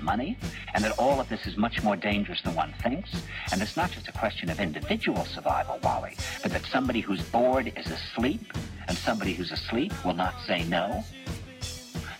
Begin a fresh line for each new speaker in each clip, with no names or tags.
money, and that all of this is much more dangerous than one thinks. And it's not just a question of individual survival, Wally, but that somebody who's bored is asleep, and somebody who's asleep will not say no.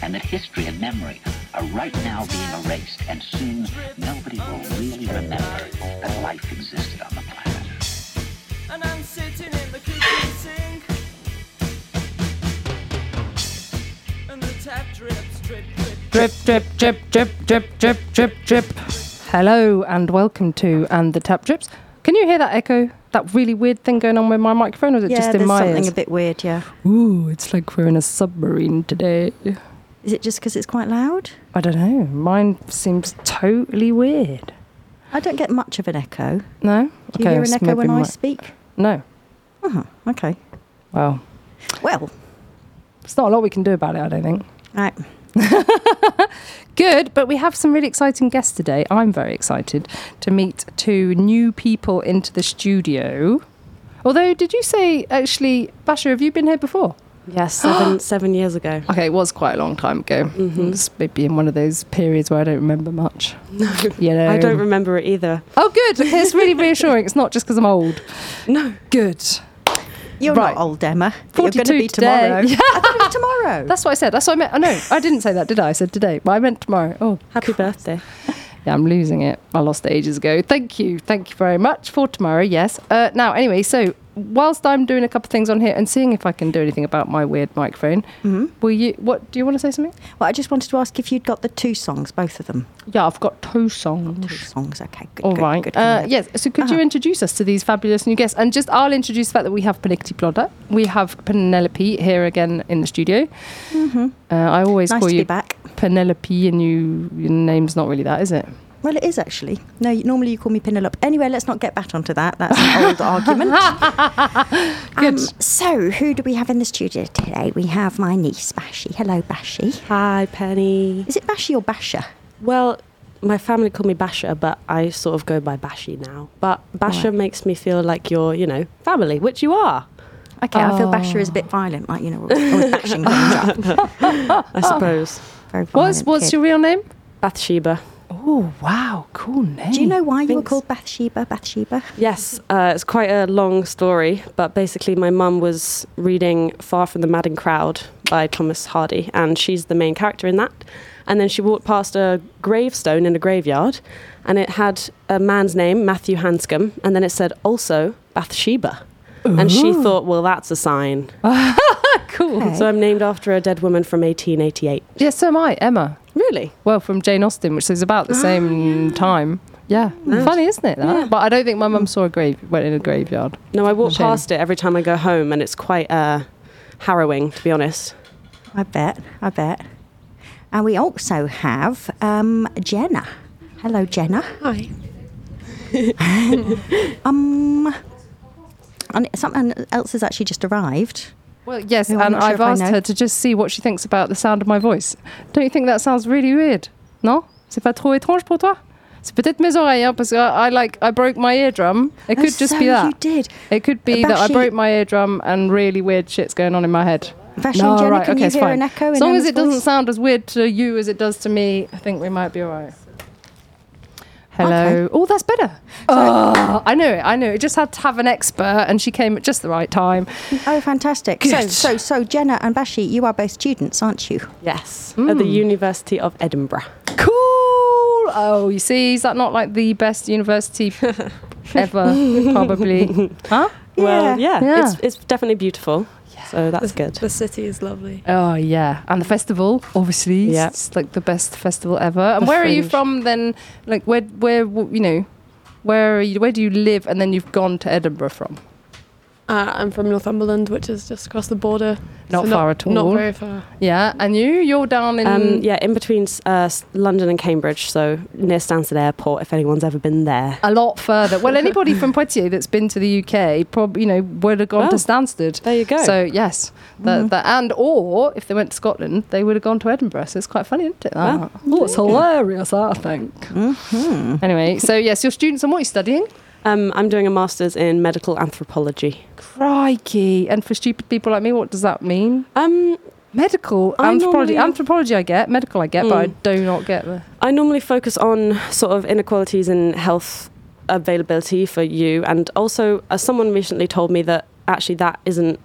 and that history and memory are right now being erased, and soon nobody will really remember that life existed on the planet.
And I'm sitting in the kitchen sink. And the tap drips, drip, drip.
Drip, drip, drip, drip, drip, drip, drip, drip. Hello and welcome to And the Tap Drips. Can you hear that echo? That really weird thing going on with my microphone, or is it
yeah,
just in
there's
my
something
ears?
a bit weird. Yeah,
Ooh, it's like we're in a submarine today.
is it just because it's quite loud?
I don't know. Mine seems totally weird.
I don't get much of an echo.
No?
Do you hear an
it's
echo when
maybe
I
my-
speak?
No.
Uh-huh. Okay.
Well,
Well,
there's not a lot we can do about it, I don't think.
right.
Good, but we have some really exciting guests today. I'm very excited to meet two new people into the studio. Although, did you say actually, Basha, have you been here before?
Yes, seven seven years ago.
Okay, it was quite a long time ago. It's maybe in one of those periods where I don't remember much. No, you know.
I don't remember it either.
Oh, good. Okay, it's really reassuring. It's not just because I'm old.
No.
Good.
You're
Right.
not old, Emma. You're going to
42
be
today.
tomorrow.
Yeah.
I thought it was tomorrow.
That's what I said. That's what I meant. Oh, no, I didn't say that, did I? I said today, but I meant tomorrow. Oh,
Happy birthday.
Yeah, I'm losing it. I lost it ages ago. Thank you. Thank you very much for tomorrow. Yes. Uh, now, anyway, so whilst I'm doing a couple of things on here and seeing if I can do anything about my weird microphone, will you? What do you want to say something?
Mm-hmm. well, I just wanted to ask if you'd got the two songs, both of them.
Yeah, I've got two
Two
songs.
songs. Okay. Good.
All
good,
right.
Good,
uh,
good. Uh-huh.
yes. So, could you introduce us to these fabulous new guests? And just, I'll introduce the fact that we have Panicti Plodder. We have Penelope here again in the studio. Uh, I always
Mm-hmm. Nice
call
to
you
be back.
Penelope, and you your name's not really that, is it?
Well, it is actually. No, you, normally you call me Penelope. Anyway, let's not get back onto that. That's an old argument. Um,
Good.
So, who do we have in the studio today? We have my niece, Bashi. Hello, Bashi.
Hi, Penny.
Is it Bashi or Basha?
Well, my family call me Basha, but I sort of go by Bashi now. But Basha makes me feel like you're, you know, family, which you are,
Okay, I feel Basha is a bit violent, like, you know, we're always bashing things up.
I suppose.
Very
what's
violent
what's
kid.
your real name?
Bathsheba.
Oh, wow. Cool name.
Do you know why you were
Thanks.
called Bathsheba? Bathsheba.
Yes, uh, it's quite a long story, but basically, my mum was reading Far from the Madding Crowd by Thomas Hardy, and she's the main character in that. And then she walked past a gravestone in a graveyard, and it had a man's name, Matthew Hanscom, and then it said also Bathsheba. And she thought, well, that's a sign.
Cool.
Okay.
So I'm named after a dead woman from 1888.
Yeah, so am I, Emma.
Really?
Well, from Jane Austen, which is about the same time. Yeah. Funny, isn't it? that? But I don't think my mum saw a grave, went in a graveyard.
No, I walk
Shame.
past it every time I go home, and it's quite uh, harrowing, to be honest.
I bet. I bet. And we also have um, Jenna. Hello, Jenna.
Hi.
Um, and something else has actually just arrived.
Well, yes,
No, I'm
and
not sure
I've
if I
asked
know.
her to just see what she thinks about the sound of my voice. Don't you think that sounds really weird? Non? C'est pas trop étrange pour toi? C'est peut-être mes oreilles, hein, parce que I, I like I broke my eardrum. It
Oh,
could just
so
be that.
You did.
It could be that I
Bashi-
broke my eardrum and really weird shit's going on in my head.
Vashi and Jenna, can you hear an echo in
As long as
Emma's
it doesn't
voice?
sound as weird to you as it does to me, I think we might be all right. Hello.
Okay.
Oh, that's better. Oh, I knew it. I knew it. Just had to have an expert, and she came at just the right time.
Oh, fantastic. So,
Good.
so, so Jenna and Bashi, you are both students, aren't you?
Yes, at the University of Edinburgh.
Cool. Oh, you see, is that not like the best university ever? Probably. Huh?
Well,
Yeah.
yeah,
Yeah.
It's, it's definitely beautiful. So that's good.
The city is lovely.
Oh yeah, and the festival, obviously,
Yeah.
it's like the best festival ever. And
The
where are you
Fringe.
from then? Like where, where w- you know, where are you? Where do you live? And then you've gone to Edinburgh from?
Uh, I'm from Northumberland, which is just across the border.
Not far at all.
Not very far.
Yeah, and you, you're down in.
Um, yeah, in between uh, s- London and Cambridge, so near Stansted Airport, if anyone's ever been there.
A lot further. Well, anybody from Poitiers that's been to the UK, probably you know, would have gone to
Well,
Stansted.
There you go.
So yes, the, the, and or if they went to Scotland, they would have gone to Edinburgh. So it's quite funny, isn't it? That?
Wow.
Oh, it's hilarious. I think.
Mm-hmm.
Anyway, so yes, your students and what are you studying?
um, I'm doing a master's in medical anthropology.
Crikey! And for stupid people like me, what does that mean?
Um,
Medical
I
anthropology.
normally-
Anthropology, I get. Medical, I get, but I
Mm.
do not get the.
I normally focus on sort of inequalities in health availability for you, and also uh, someone recently told me that actually that isn't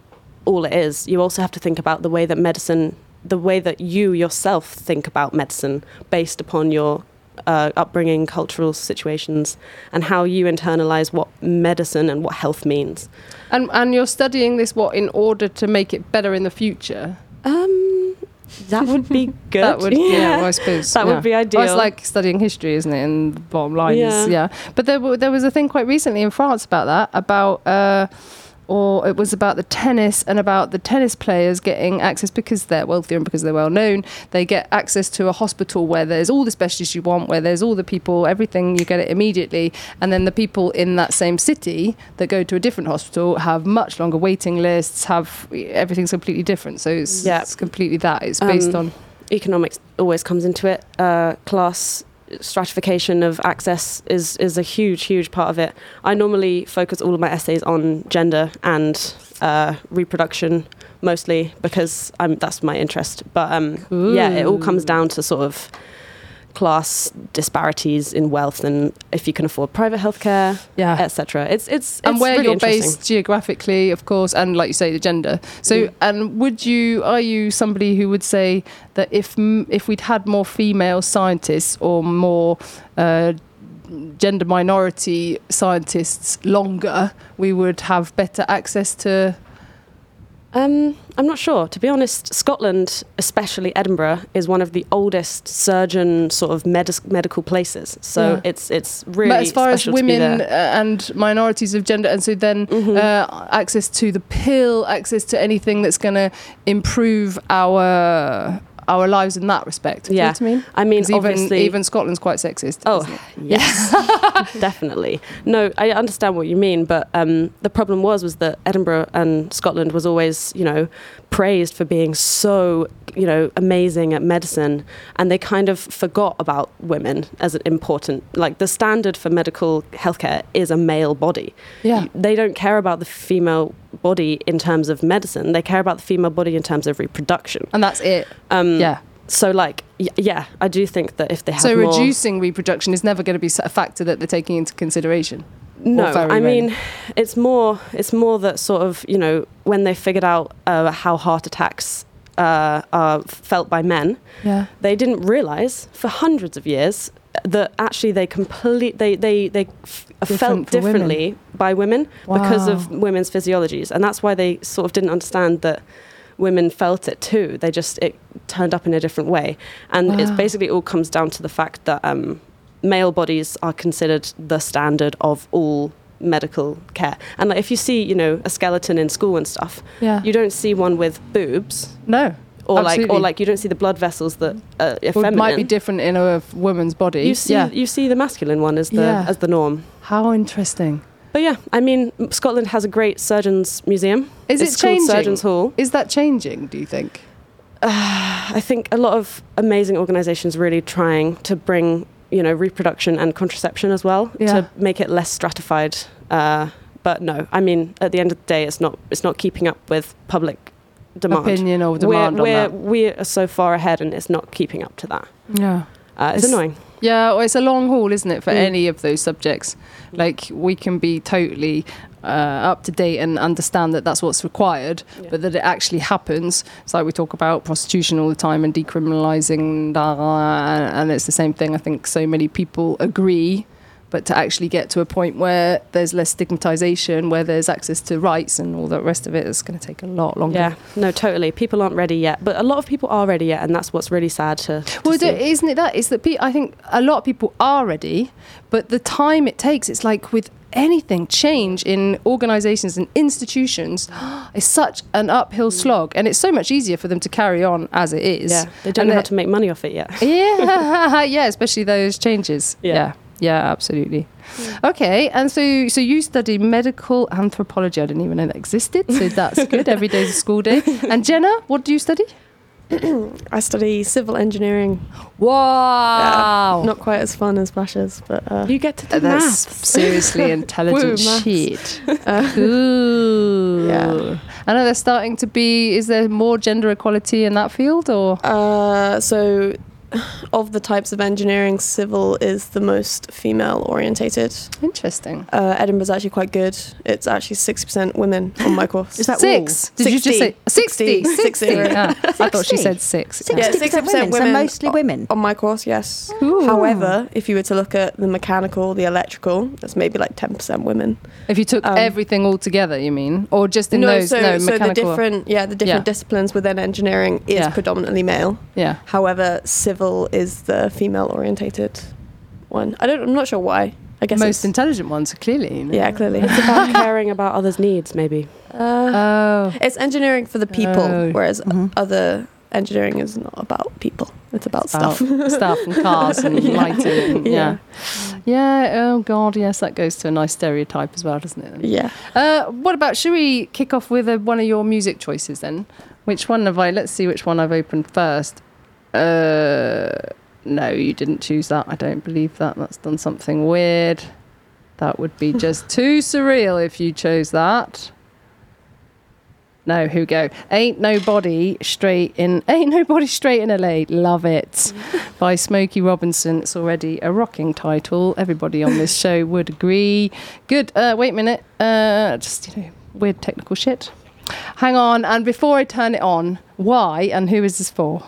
all it is. You also have to think about the way that medicine, the way that you yourself think about medicine, based upon your uh, upbringing, cultural situations, and how you internalize what medicine and what health means.
And and you're studying this what in order to make it better in the future.
Um, that would be good.
That would yeah. well, I suppose
That
yeah.
would be
Well,
ideal.
it's like studying history, isn't it? And the bottom line is yeah.
Yeah.
But there w- there was a thing quite recently in France about that about. Uh, or it was about the tennis and about the tennis players getting access because they're wealthy and because they're well known. They get access to a hospital where there's all the specialists you want, where there's all the people, everything, you get it immediately. And then the people in that same city that go to a different hospital have much longer waiting lists, have e, everything's completely different. So it's,
Yeah.
it's completely that. It's based
Um,
on.
economics always comes into it. Uh, class stratification of access is is a huge, huge part of it. I normally focus all of my essays on gender and uh, reproduction mostly because I'm that's my interest. But um, yeah, it all comes
Cool.
down to sort of class disparities in wealth and if you can afford private healthcare,
Yeah.
etc. It's it's
Ah. and
it's
where
really
you're
interesting. Mm.
based geographically, of course, and like you say, the gender. So, and would you are you somebody who would say that if m- if we'd had more female scientists or more uh, gender minority scientists longer, we would have better access to?
Um, I'm not sure. To be honest, Scotland, especially Edinburgh, is one of the oldest surgeon sort of medis- medical places. So
Yeah.
it's it's really
but as far as
special to be
women uh,
there. Mm-hmm.
and minorities of gender, and so then uh, access to the pill, access to anything that's going to improve our our lives in that respect. Do you know
Yeah.
what I mean?
I mean,
'Cause even,
obviously-
even Scotland's quite sexist.
Oh,
isn't it?
yes, definitely. No, I understand what you mean, but um, the problem was was that Edinburgh and Scotland was always, you know, praised for being so, you know, amazing at medicine, and they kind of forgot about women as an important. Like the standard for medical healthcare is a male body.
Yeah.
they don't care about the female body in terms of medicine. They care about the female body in terms of reproduction.
and that's it.
Um,
yeah.
So like y- yeah, I do think that if they had
So
more,
reducing reproduction is never going to be s- a factor that they're taking into consideration.
no,
or very
I mean,
rarely.
it's more it's more that sort of you know when they figured out uh, how heart attacks uh, are felt by men,
Yeah.
they didn't realize for hundreds of years that actually they complete they they they f-
Different
felt
for women.
differently by women because of
Wow.
women's physiologies and that's why they sort of didn't understand that women felt it too they just it turned up in a different way and it's
Wow.
basically all comes down to the fact that um, male bodies are considered the standard of all medical care and like if you see you know a skeleton in school and stuff
Yeah.
you don't see one with boobs
No.
or like
Absolutely.
or like you don't see the blood vessels that uh, are
Well, it
feminine.
might be different in a woman's body.
you see
yeah.
you see the masculine one as the
Yeah.
as the norm.
How interesting.
But yeah, I mean m- Scotland has a great surgeons museum.
Is
it's
it
called
changing?
Surgeons Hall.
Is that changing, do you think?
I think a lot of amazing organisations really trying to bring you know reproduction and contraception as well
Yeah.
to make it less stratified. Uh, but no, I mean at the end of the day, it's not it's not keeping up with public demand.
Opinion or
we're
demand
we're,
on
we're so far ahead, and it's not keeping up to that.
that? Yeah.
Uh, it's,
It's-
annoying.
Yeah, well, it's a long haul, isn't it, for
Mm.
any of those subjects? Like, we can be totally uh, up to date and understand that that's what's required,
Yeah.
but that it actually happens. It's like we talk about prostitution all the time and decriminalizing, da- and and it's the same thing. I think so many people agree, but to actually get to a point where there's less stigmatization, where there's access to rights and all that rest of it, it's going to take a lot longer.
Yeah, no, totally. People aren't ready yet, but a lot of people are ready yet, and that's what's really sad to. to
Well,
see.
d- isn't it that? It's that pe- I think a lot of people are ready, but the time it takes, it's like with anything, change in organisations and institutions is such an uphill slog. And it's so much easier for them to carry on as it is.
Mm. yeah, they don't
And
know how
it-
to make money off it yet.
yeah, yeah, especially those changes.
Yeah. Mm.
yeah, yeah, absolutely. Okay, and so so you study medical anthropology. I didn't even know that existed, so that's good. Every day's a school day. And Jenna, what do you study?
I study civil engineering.
Wow,
Not quite as fun as Bash's, but uh,
You get to the
That's
maths.
seriously
Woo,
intelligent
maths. Uh,
shit. Cool.
Yeah.
I know they're starting to be. Is there more gender equality in that field, or
uh, so of the types of engineering, civil is the most female orientated.
interesting?
Uh, Edinburgh's actually quite good. It's actually sixty percent women on my course.
Is that
six?
all?
Did you just say
60.
sixty?
60.
Sixty. Ah, I thought
60.
she said six. Yeah.
60% women, so mostly
o-
women.
on my course. Yes.
Cool.
However, if you were to look at the mechanical, the electrical, that's maybe like ten percent women.
If you took
Um,
everything all together, you mean, or just in those?
so,
no,
so the
mechanical.
different yeah the different
Yeah.
disciplines within engineering is
Yeah.
predominantly male.
yeah.
However, civil is the female orientated one. I don't. I'm not sure why. I guess
Most
it's,
intelligent ones, clearly. you know.
yeah, clearly.
It's about caring about others' needs, maybe.
Uh,
Oh.
it's engineering for the people,
Oh.
whereas other engineering is not about people. It's about stuff.
About stuff and cars and
Yeah.
lighting. and- yeah.
Yeah.
Yeah. Oh God. Yes, that goes to a nice stereotype as well, doesn't it?
Yeah.
Uh, what about? Should we kick off with uh one of your music choices then? Which one have I? Let's see which one I've opened first. Uh, no, you didn't choose that. I don't believe that. That's done something weird. That would be just too surreal if you chose that. No, who go? Ain't nobody straight in. Ain't nobody straight in LA. Love it by Smokey Robinson. It's already a rocking title. Everybody on this show would agree. Good. Uh, wait a minute. Uh, just you know, weird technical shit. Hang on. And before I turn it on, why and who is this for?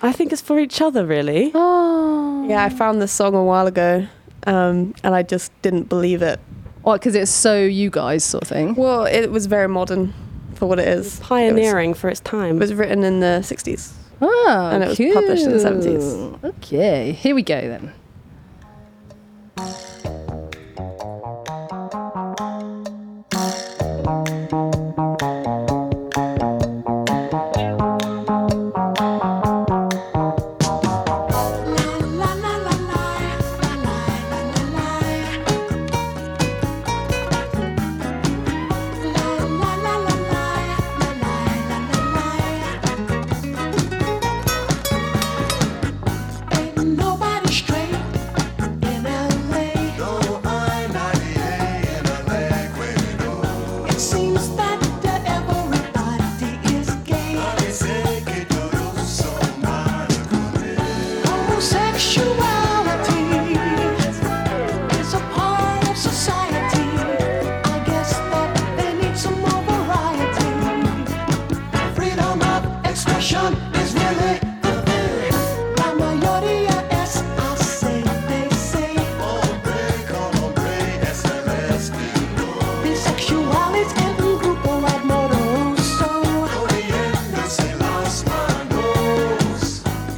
I think it's for each other, really.
Oh,
Yeah. I found this song a while ago, um, and I just didn't believe it.
because Oh, it's so you guys sort of thing.
Well, it was very modern for what it is.
Pioneering for its
It
time.
was, it was written in the 60s.
Oh,
And it was published in the 70s.
cool. Okay, here we go then.
Ain't nobody straight in LA.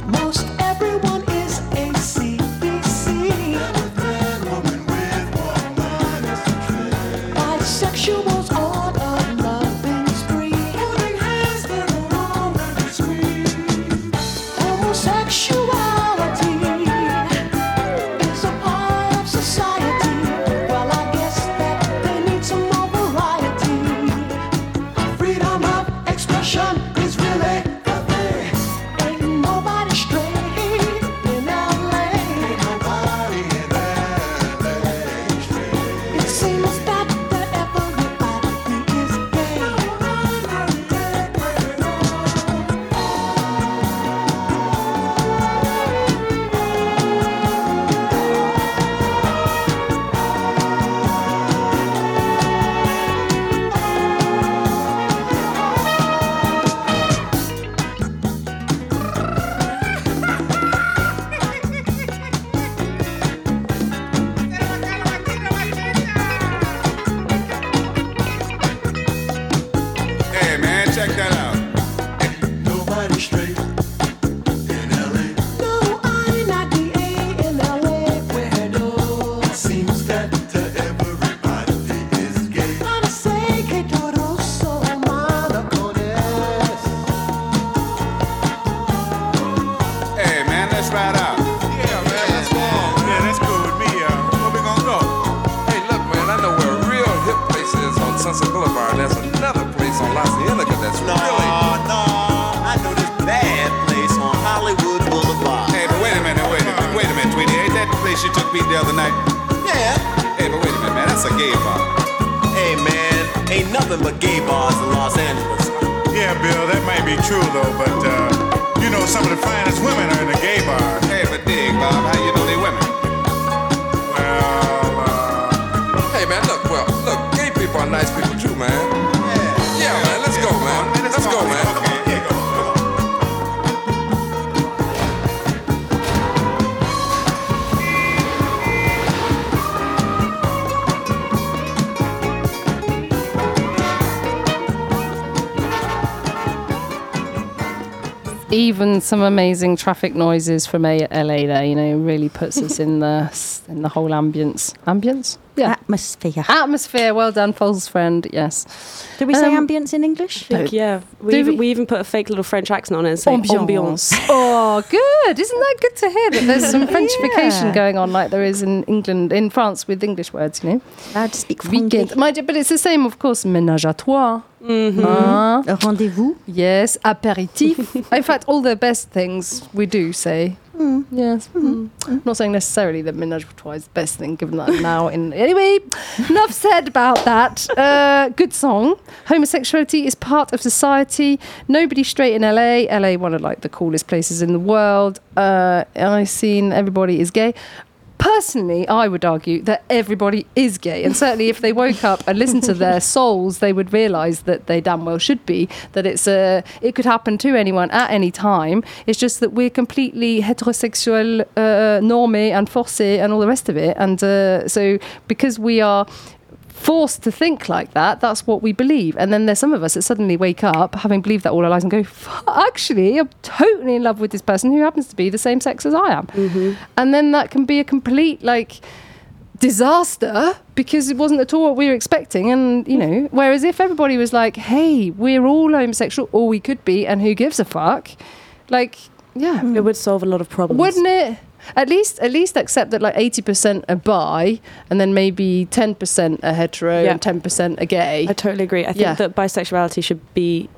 Most everyone is a CBC. Bisexuals on a loving spree. Holding hands for a romantic squeeze. Homosexuality is a part of society. Well, I guess that they need some more variety. Freedom of expression is really a thing. Ain't nobody straight in LA. Ain't nobody in it seems that that everybody is gay.
Hey man, check that out.
Nobody straight in LA. Nobody not the A in LA. Weirdo. It seems that to everybody is gay. I'm saying que todos son malacones.
Hey man, let's ride out. Yeah man, let's go. Yeah, that's cool with me. Uh, where we gonna go?
Hey, look, man, I know where a real hip place is on Sunset Boulevard. There's another place on La Cienega that's
No,
really.
no, I know this bad place on Hollywood Boulevard.
Hey, but wait a minute, wait a minute, wait a minute, Tweety. Ain't that the place you took me the other night?
Yeah.
Hey, but wait a minute, man, that's a gay bar.
Hey, man, ain't nothing but gay bars in Los Angeles.
Yeah, Bill, that might be true though, but uh, you know some of the finest women are in the gay bar. Hey, but dig, Bob, how you know they women? Well, uh,
Hey, man, look, well, look, gay people are nice people too, man. Yeah, man, let's go, man. Let's go, man.
Okay, yeah, go.
Even some amazing traffic noises from A- LA there, you know, really puts us in the s- in the whole ambience. Ambience? Yeah.
Atmosphere.
Atmosphere. Well done, false friend. Yes.
Did we say
um,
ambience in English?
Like, yeah, we
Do
even,
we-
we? even put a fake little French accent on it and say ambiance.
Oh, good. Isn't that good to hear that there's some Frenchification
Yeah.
going on like there is in England, in France with English words, you know?
I had to speak
Weekend.
French.
Mind you, but it's the same, of course. Ménage à toi. Ah,
Rendezvous.
yes, aperitif. In fact, all the best things we do say. Yes. mm. I'm not saying necessarily that ménage à toi is the best thing, given that I'm now in. Anyway, enough said about that. Uh, good song. Homosexuality is part of society. Nobody straight in LA. LA, one of like the coolest places in the world. Uh, I've seen everybody is gay. Personally, I would argue that everybody is gay, and certainly if they woke up and listened to their souls, they would realise that they damn well should be. That it's a, it could happen to anyone at any time. It's just that we're completely heterosexual, uh, normé and forcé, and all the rest of it. And uh, so, because we are forced to think like that, that's what we believe. And then there's some of us that suddenly wake up having believed that all our lives and go, "F- actually, I'm totally in love with this person who happens to be the same sex as I am. And then that can be a complete like disaster because it wasn't at all what we were expecting. And, you know, whereas if everybody was like, hey, we're all homosexual or we could be, and who gives a fuck? Like, yeah,
It would solve a lot of problems.
Mm. wouldn't it? At least, at least accept that like eighty percent are bi, and then maybe ten percent are hetero
Yeah.
and ten percent are gay.
I totally agree. I think
Yeah.
that bisexuality should be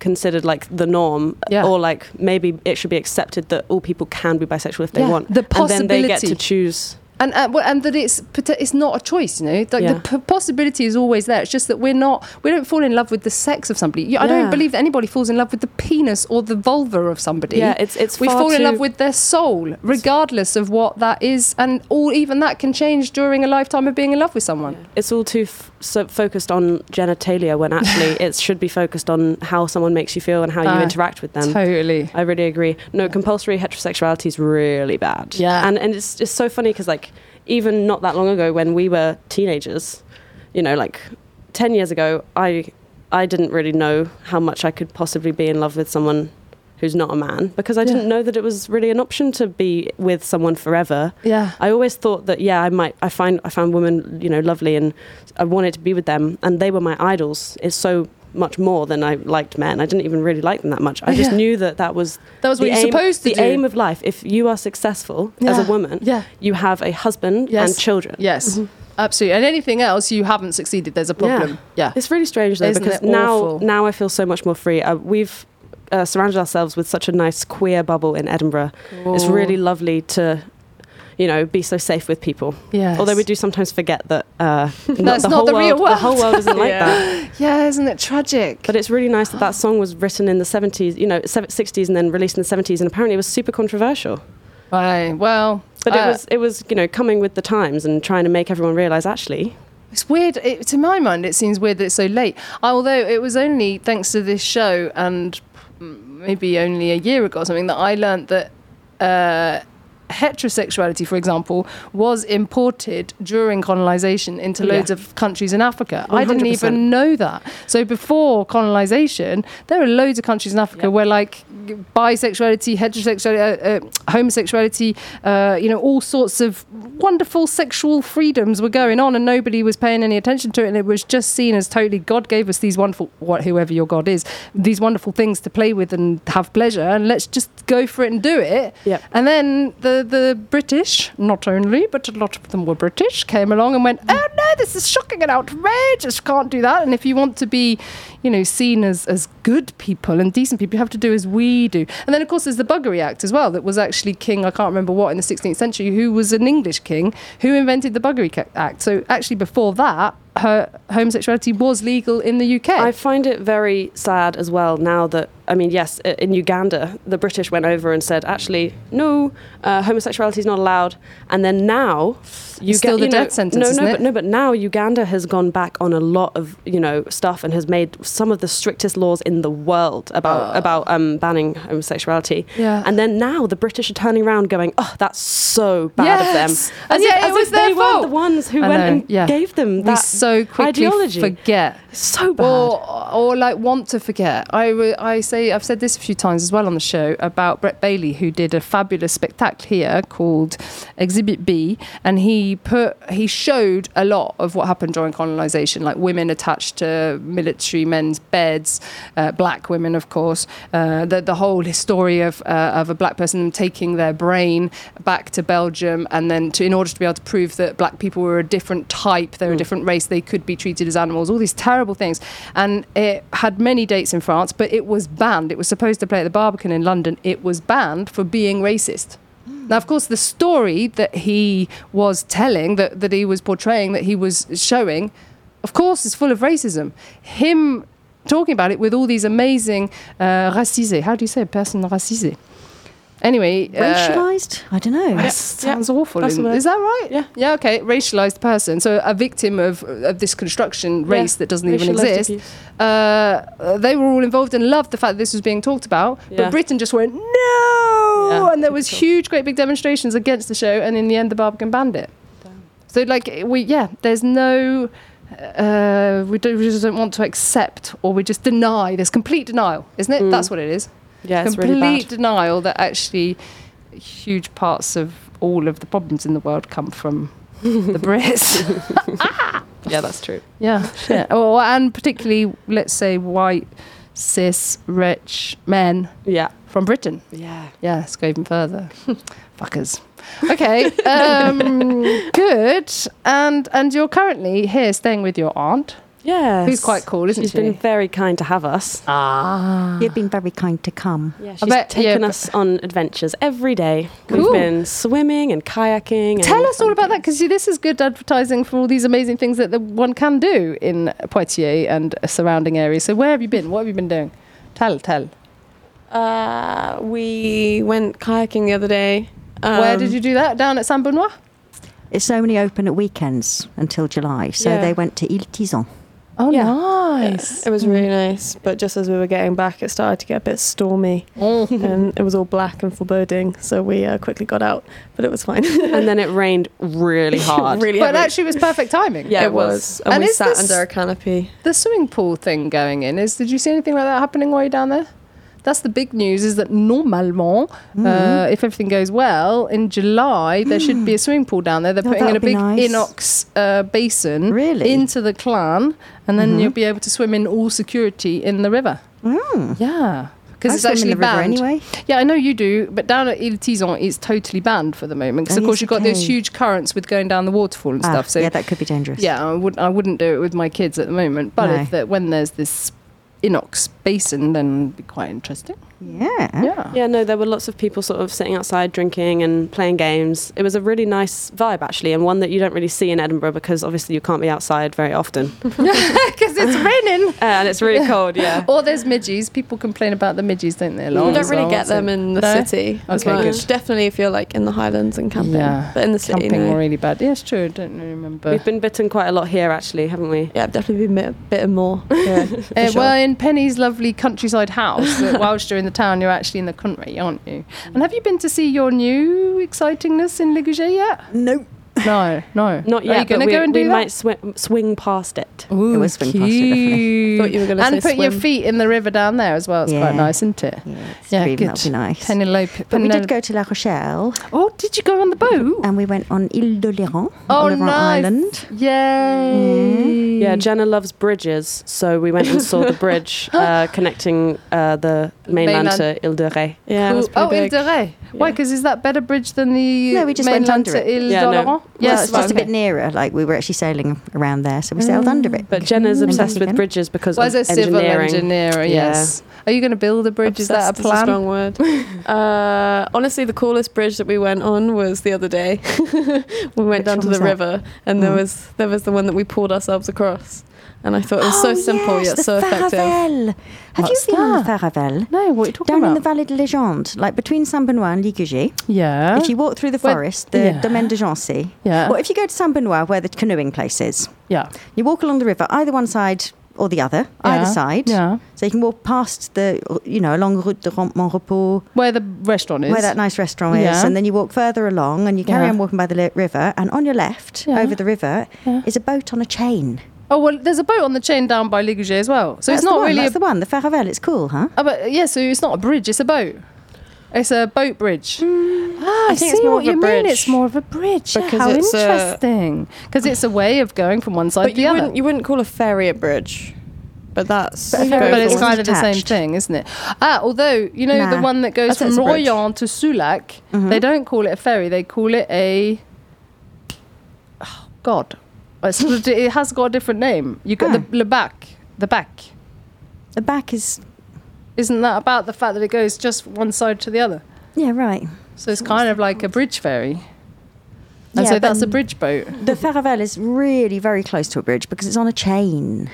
considered like the norm
Yeah.
or like maybe it should be accepted that all people can be bisexual if they
Yeah.
want
The
and then they get to
possibility.
choose
and uh, well, and that it's pot- it's not a choice, you know. Like
Yeah.
the p- possibility is always there. It's just that we're not we don't fall in love with the sex of somebody. You- I
Yeah.
don't believe that anybody falls in love with the penis or the vulva of somebody.
Yeah, it's- it's
we
far
fall in
too-
love with their soul, regardless of what that is, and all even that can change during a lifetime of being in love with someone.
it's all too f- so focused on genitalia when actually it should be focused on how someone makes you feel and how you
Uh,
interact with them.
Totally.
I really agree. No, compulsory heterosexuality is really bad.
Yeah.
And and it's just so funny because like even not that long ago when we were teenagers, you know, like ten years ago, I I didn't really know how much I could possibly be in love with someone who's not a man because I didn't know that it was really an option to be with someone forever.
Yeah.
I always thought that yeah, I might I find I found women, you know, lovely and I wanted to be with them and they were my idols. It's so much more than I liked men. I didn't even really like them that much. I just
Yeah.
knew that that was
That was what
the
you're
aim-
supposed to
the
do.
aim of life. If you are successful as
Yeah.
a woman,
Yeah.
you have a husband
Yes.
and children.
Yes. Absolutely. And anything else, you haven't succeeded. There's a problem.
Mm-hmm. Yeah. It's really strange though
Isn't
because
it
now
awful?
now I feel so much more free. Uh, we've uh, surrounded ourselves with such a nice queer bubble in Edinburgh. It's
Cool.
really lovely to you know be so safe with people.
Yes.
Although we do sometimes forget that uh
That's
the
not
whole
the real
The
world.
whole world isn't like
Yeah.
that.
Yeah, isn't it tragic?
But it's really nice that that song was written in the 70s, you know, sev- 60s and then released in the 70s and apparently it was super controversial.
Right. Well,
But it
uh,
was it was, you know, coming with the times and trying to make everyone realize actually
It's weird. It, to my mind, it seems weird that it's so late. Although it was only thanks to this show and maybe only a year ago or something that I learnt that uh, heterosexuality, for example, was imported during colonization into loads
Yeah.
of countries in Africa. I didn't
100%.
even know that. So before colonization, there are loads of countries in Africa where like g- bisexuality, heterosexuality, uh, uh, homosexuality, uh, you know, all sorts of wonderful sexual freedoms were going on, and nobody was paying any attention to it, and it was just seen as totally God gave us these wonderful, what whoever your God is, these wonderful things to play with and have pleasure, and let's just go for it and do it.
Yep.
And then the the British, not only, but a lot of them were British, came along and went,
Mm.
oh no, this is shocking and outrageous. Can't do that. And if you want to be, you know, seen as as good people and decent people, you have to do as we do. And then of course there's the Buggery Act as well, that was actually King, I can't remember what in the 16th century, who was an English king who invented the Buggery Ca- Act. So actually before that, her homosexuality was legal in the UK.
I find it very sad as well now that, I mean, yes, i- in Uganda, the British went over and said, actually, no, uh, homosexuality is not allowed. And then now, you
It's still the death sentence,
No,
isn't
no,
it?
but no, but now Uganda has gone back on a lot of you know stuff and has made some of the strictest laws in the world about about um, banning homosexuality.
Ah. Yeah.
And then now the British are turning around, going, oh, that's so bad
Yes.
of them.
And yet it was
they
their
weren't
fault.
the ones who
I
went
know,
and
yeah.
gave them
we
that
so quickly
ideology.
forget.
so bad.
Or, or like want to forget. I, w- I say I've said this a few times as well on the show about Brett Bailey, who did a fabulous spectacle here called Exhibit B, and he put he showed a lot of what happened during colonization, like women attached to military men's beds, uh, black women, of course, uh, the the whole story of uh, of a black person taking their brain back to Belgium, and then to, in order to be able to prove that black people were a different type, they're a different race, they could be treated as animals, all these terrible things. And it had many dates in France, but it was banned. It was supposed to play at the Barbican in London. It was banned for being racist. Now, of course, the story that he was telling, that, that he was portraying, that he was showing, of course, is full of racism. Him talking about it with all these amazing uh, racisés. How do you say a person racisé? Anyway, uh,
Racialized? I don't know.
that sounds awful.
That's the
isn't-
word.
Is that right? Yeah. Yeah. Okay. Racialized person, so a victim of of this construction race that doesn't even
racialised
exist.
abuse.
Uh, they were all involved and loved the fact that this was being talked about,
Yeah.
but Britain just went no,
Yeah,
and there was huge, great big demonstrations against the show, and in the end, the Barbican banned it. So like we yeah, there's no. Uh, we, don't, we just don't want to accept, or we just deny. There's complete denial, isn't it? That's what it is
Mm. yeah, it's
complete
really bad.
denial that actually huge parts of all of the problems in the world come from the Brits.
Yeah, that's true.
yeah, yeah. Or, and particularly, let's say, white, cis, rich men
Yeah.
from Britain.
Yeah.
Yeah, let's go even further. Fuckers. Okay, um, good. And and you're currently here staying with your aunt,
Yeah.
who's quite cool, isn't
She's
she?
been very kind to have us.
You've been very kind to come.
yeah,
I
she's
bet-
taken
yeah,
us on adventures every day.
Cool.
We've been swimming and kayaking.
Tell
and
us all about that because this is good advertising for all these amazing things that the, one can do in Poitiers and surrounding areas. So where have you been? What have you been doing? Tell, tell.
Uh, we went kayaking the other day. Um,
where did you do that? Down at Saint Benoît?
It's only open at weekends until July. So
Yeah.
they went to Il Tison.
Oh,
yeah.
nice. Mm.
It was really nice. But just as we were getting back, it started to get a bit stormy.
Mm.
and it was all black and foreboding. So we uh, quickly got out, but it was fine.
and then it rained really hard.
really
but
heavy.
actually, it was perfect timing.
yeah,
it
it was.
was.
And,
And
we
is
sat
this-
under a canopy.
The swimming pool thing going in is. Did you see anything like that happening while you're down there? That's the big news. Is that normalement,
Mm.
uh, if everything goes well, in July there should be a swimming pool down there. They're
Oh,
putting
that
in a
would be nice.
big inox uh, basin
Really? Mm-hmm.
into the clan, and then you'll be able to swim in all security in the river. Yeah.
I
Because it's
swim in
actually
the river
banned.
anyway.
Yeah, I know you do, but down at Ile Tison, it's totally banned for the moment. Because
Oh,
of
yes,
course you've got those
okay.
huge currents with going down the waterfall and
Ah,
stuff. So
yeah, that could be dangerous.
yeah, I wouldn't. I wouldn't do it with my kids at the moment. But
No.
if that when there's this inox basin, then it'd be quite interesting.
Yeah.
Yeah.
Yeah, no, there were lots of people sort of sitting outside drinking and playing games. It was a really nice vibe, actually, and one that you don't really see in Edinburgh because obviously you can't be outside very often.
Because it's raining.
and it's really cold, yeah.
Or there's midges. People complain about the midges, don't they? a lot
We don't
as
really
well,
get
so-
them in the
No?
city as
Okay,
much.
good.
Definitely if you're like in the Highlands and camping.
Yeah.
But in the city,
Camping
no.
really bad. Yeah, it's true. I don't remember.
We've been bitten quite a lot here, actually, haven't we?
Yeah, I've definitely been a bit, bit more. Yeah, for
Uh,
sure.
Well, in Penny's lovely countryside house, that whilst you're in the town, you're actually in the country, aren't you? And have you been to see your new excitingness in Ligugé yet?
Nope.
No, no.
Not yet.
Are you going
but
to
we,
go and
we
do
might
that?
swi- swing past it.
Ooh,
It was swing past you, definitely.
Thought you were gonna
and
say
put your
swim.
feet in the river down there as well. It's quite
Yeah.
nice, isn't it?
Yeah, it's really- that'd be nice.
Penelope.
But we
Penel-
did go Um, to La Rochelle
Oh, did you go on the boat?
and we went on Ile d'Oléron,
oh,
Oliver
nice.
Island.
Yay.
Yeah, Jenna loves bridges, so we went and saw the bridge uh, connecting uh, the mainland,
Mainland.
to Ile de Ré.
yeah, it was
Cool. Oh,
pretty
Ile de
big.
Ré. Why? Because is that better bridge than the
No, we just went
mainland
under
to
it.
Ile
Yeah, no.
d'Oléron?
Yes, it's just a
okay.
bit nearer. Like we were actually sailing around there, so we sailed under it.
But Jenna's
And
obsessed
back
with
again.
bridges because
Was a
of
civil
engineering.
engineer?
Yeah.
Yes. Are you going to build a bridge? is that a
Obsessed
plan?
strong word. uh, honestly, the coolest bridge that we went on was the other day. we went
Which one
down to the
was that?
river, and
Mm.
there was there was the one that we pulled ourselves across, and I thought it was so
Oh,
simple
yes,
yet
the
so effective.
Faravel. Have
What's
you been on the
that?
Faravel?
No, what are you talking
Down in the
about?
Vallée de Légende, like between Saint Benoît and Ligugé.
yeah.
If you walk through the
Well,
forest, the
yeah.
Domaine de Jancy.
Yeah.
Or if you go to Saint Benoît, where the canoeing place is,
yeah.
you walk along the river, either one side or the other, either
Yeah,
side.
yeah.
So you can walk past the, you know, along Route de Rom- Mont Repos,
Where the restaurant is.
where that nice restaurant is,
Yeah.
and then you walk further along and you carry
Yeah.
on walking by the li- river, and on your left,
Yeah.
over the river,
Yeah.
is a boat on a chain.
Oh well, there's a boat on the chain down by Ligugé as well. So
That's
it's not
the one,
really
that's
a
the one, the Faravel. It's cool, huh?
Oh, but yeah, so it's not a bridge; it's a boat. It's a boat bridge. ah, I,
think
see
it's more
what
of a
you mean.
bridge.
It's more of a bridge. Yeah,
Because
how
it's a-
interesting! Because it's a way of going from one side
But
to the
you
other.
wouldn't you wouldn't call a ferry a bridge, but that's
But a
going
ferry
but
It
it's
isn't
forward.
kind of the same
attached.
thing, isn't it? Ah, although you know the
Nah.
one that goes
That's-
from
that's a bridge.
Royan to Sulak, they don't call it a ferry; they call it a. Oh, God, It's- it has got a different name. You got
Ah.
the le bac, the back.
The back is,
Isn't that about the fact that it goes just one side to the other?
yeah, right.
So it's kind of like a bridge ferry. And
Yeah,
so
but
that's a bridge boat.
The Faravel is really very close to a bridge because it's on a chain.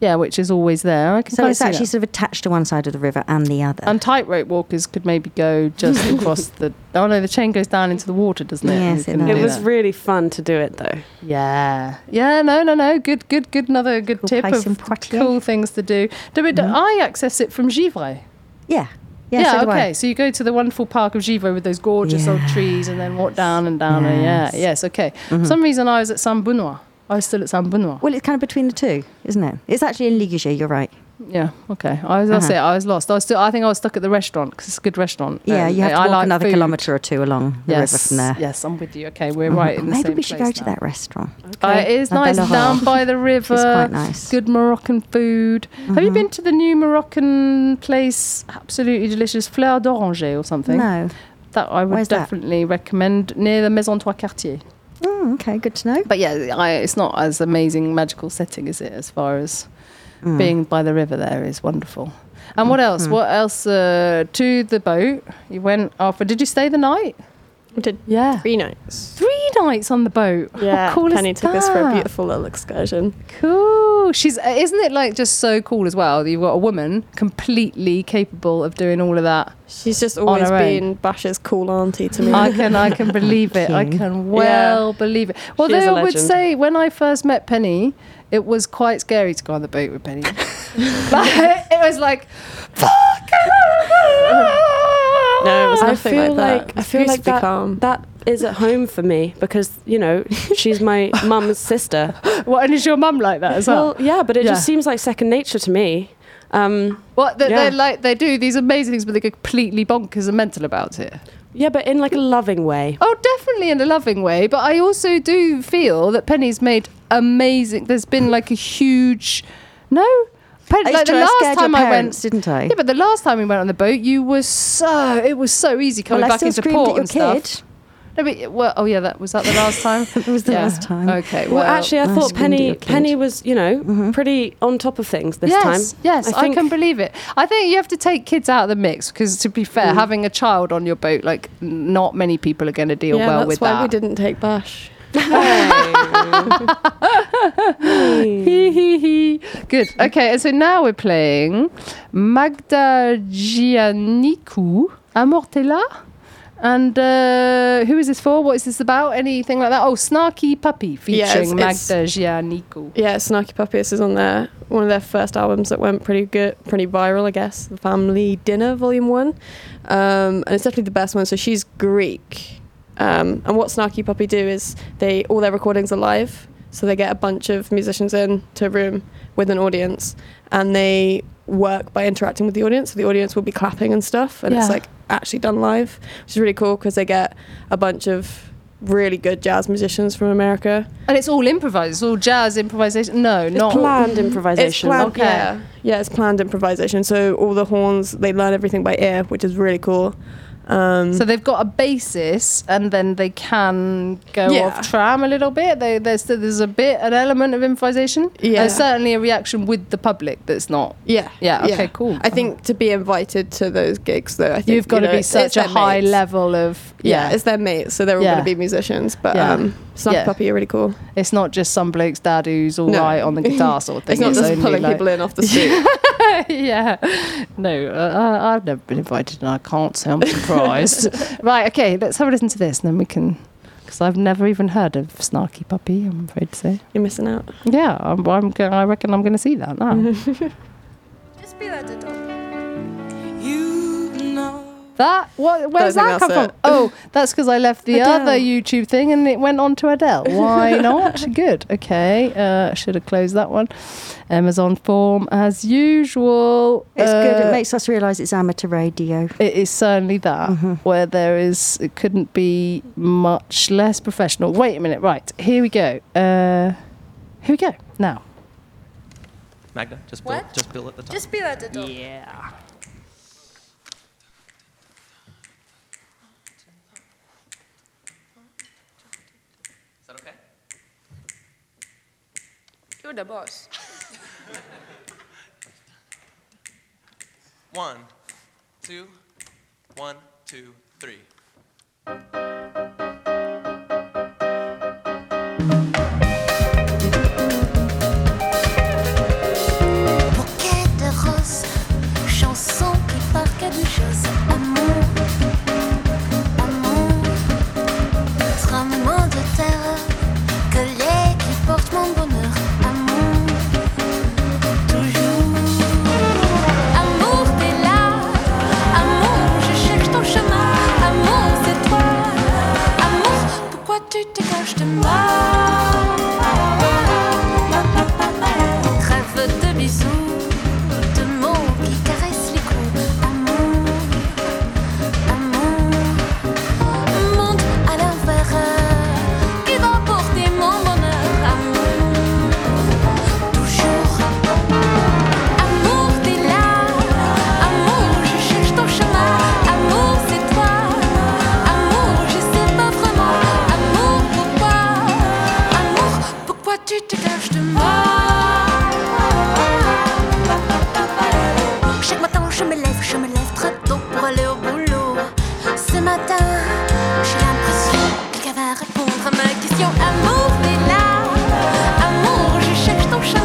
Yeah, which is always there. I can
So
kinda
it's
see
actually
that.
sort of attached to one side of the river and the other.
And tightrope walkers could maybe go just across the. Oh no, the chain goes down into the water, doesn't it? And
Yes,
you
it
can
does.
do
It was
that.
really fun to do it, though.
yeah, yeah. No, no, no. Good, good, good. Another good
Cool
tip
place in
of
Poitiers.
cool things to do. Do, we, do I access it from Givray?
yeah. Yeah, so do I.
okay. So you go to the wonderful park of Givray with those gorgeous old trees, and then walk down and down. and yeah,
Yes.
yes, okay. For some reason, I was at San Benoît. I was still at San Benoît.
Well, it's kind of between the two, isn't it? It's actually in Ligugé, you're right.
Yeah. Okay. I was. That's
Uh-huh.
it. I was lost. I was still. I think I was stuck at the restaurant because it's a good restaurant.
Yeah,
and
you have to
I
walk
like
another
food.
kilometre or two along the
yes.
river from there.
Yes, I'm with you. Okay, we're
Mhm.
right in the
Maybe
same
we should go
place
to
now.
that restaurant.
Uh, it is
La
nice
Belle
down
Rare.
by the river.
quite nice. Mm-hmm.
Good Moroccan food. Have you been to the new Moroccan place? Absolutely delicious, Fleur d'Oranger or something.
No.
That I would
Where's that?
definitely recommend near the Maison Trois Quartiers.
Mm, okay, good to know.
But yeah, I, it's not as amazing magical setting is it as far as
Mm.
Mm.
being by the river there is wonderful. And what
Mm-hmm.
else? What else? Uh, to the boat you went after. Did you stay the night?
We did
Yeah,
three nights.
three nights on the boat. How
Yeah,
cool is
Penny took us for a
that?
beautiful little excursion.
Cool. cool. She's uh, isn't it like just so cool as well that you've got a woman completely capable of doing all of that.
She's just
on
always
her own.
been Bash's cool auntie to me.
I can I can believe it. I can well believe it. Although
is a
I would
legend.
say when I first met Penny, it was quite scary to go on the boat with Penny. Like, it was like
No, it was
I
nothing
feel
like that.
like I feel like
Beautifully
that,
calm.
that is at home for me because you know she's my mum's sister.
what and is your mum like that as well?
Well, yeah, but it
Yeah.
just seems like second nature to me. Um,
What they,
Yeah.
they like they do these amazing things but they're completely bonkers and mental about it.
yeah, but in like a loving way.
Oh, definitely in a loving way. But I also do feel that Penny's made amazing. There's been like a huge no. Pen,
I used
like
to
the
try to
last
scare
time
your
I went,
parents, didn't I?
Yeah, but the last time we went on the boat, you were so it was so easy coming
well, I
back
still
into
screamed
port
at your
and stuff.
kid.
No, but, well, oh yeah, that was that the last time. it
was the last time.
Okay. Well,
Well, actually, I
I
thought
screamed at your
Penny
kid.
Penny was you know pretty on top of things this
yes,
time.
Yes, I,
think-
can believe it. I think you have to take kids out of the mix because, to be
Mm.
fair, having a child on your boat, like n- not many people are going to deal
yeah,
well
that's
with
why
that.
we didn't take Bash.
Hee hee hee. Good. Okay, so now we're playing Magda Gianniku Amortella. And uh, who is this for? What is this about? Anything like that? Oh, Snarky Puppy
Yeah, it's-
featuring
it's-
Magda Gianniku.
Yeah, Snarky Puppies is on their one of their first albums that went pretty good, pretty viral, I guess. The Family Dinner Volume One, um, and it's definitely the best one. So she's Greek, um, and what Snarky Puppy do is they all their recordings are live, so they get a bunch of musicians in to a room with an audience, and they work by interacting with the audience. So the audience will be clapping and stuff, and it's
Yeah.
like actually done live, which is really cool because they get a bunch of really good jazz musicians from America.
And it's all improvised. It's all jazz improvisation. No, not.
planned improvisation.
It's planned,
Okay.
yeah. Yeah, it's planned improvisation. So all the horns, they learn everything by ear, which is really cool. Um,
So they've got a basis, and then they can go
Yeah.
off tram a little bit. They, there's there's a bit an element of improvisation.
Yeah.
There's certainly a reaction with the public that's not.
yeah.
Yeah, okay, cool.
I think to be invited to those gigs, though, I think
You've got
you
to
know,
be
it's- it's
such a
their
high
mates.
level of
Yeah, it's their mates, so they're all
Yeah.
going to be musicians. But
Yeah.
um, Snarky
Yeah.
Puppy are really cool.
It's not just some bloke's dad who's all right
No.
on the guitar sort of thing.
It's not just
only
pulling
like-
people in off the street.
yeah. No, uh, I- I've never been invited and I can't say I'm surprised. right, okay, let's have a listen to this and then we can. Because I've never even heard of Snarky Puppy, I'm afraid to say.
You're missing out.
Yeah, I'm, I'm, go- I reckon I'm going to see that now.
You know.
that? What, where's
Don't
that
think
come
that's
from? Oh, that's because I left the
Adele.
other YouTube thing and it went on to Adele. Why not? Good. Okay, uh, should have closed that one. Amazon form as usual.
It's good.
Uh,
It makes us realise it's amateur radio.
It is certainly that
Mm-hmm.
where there is it couldn't be much less professional. Wait a minute, right here we go. Uh, here we go now.
Magda, just
What?
Bill, just Bill at the top.
Just be that adult. Yeah.
Is that okay?
You're the boss.
One, two, one, two, three.
Bouquet de roses, chanson qui parle quelque chose. Amour, amour, tremblement de terre, que les qui porte mon bonheur. Amour, toujours. Amour, t'es là, amour, je cherche ton chemin. Amour, c'est toi, amour, pourquoi tu te caches de moi? Rêve de bisous, de mots qui caressent les coups. Amour, amour, monde à l'envers euh, qui va porter mon bonheur. Amour, toujours. Amour, t'es là. Amour, je cherche ton chemin. Amour, c'est toi. Amour, je sais pas vraiment. Amour, pourquoi? Amour, pourquoi tu te caches de moi? Chaque matin je me lève, je me lève très tôt pour aller au boulot. Ce matin, j'ai l'impression que quelqu'un va répondre à ma question. Amour, t'es là. Amour, je cherche ton chemin.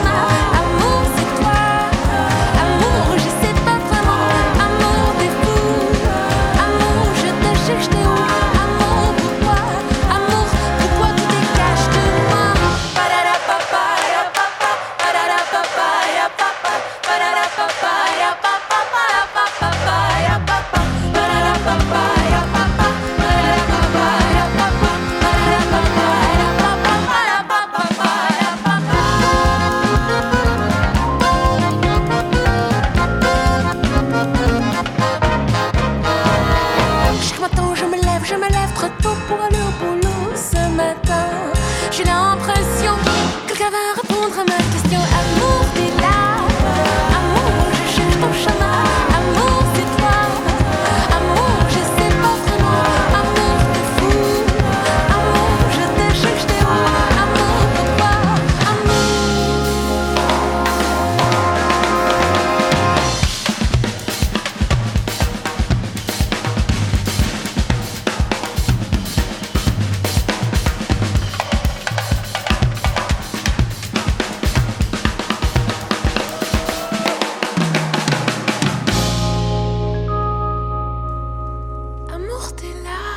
Amour, t'es là.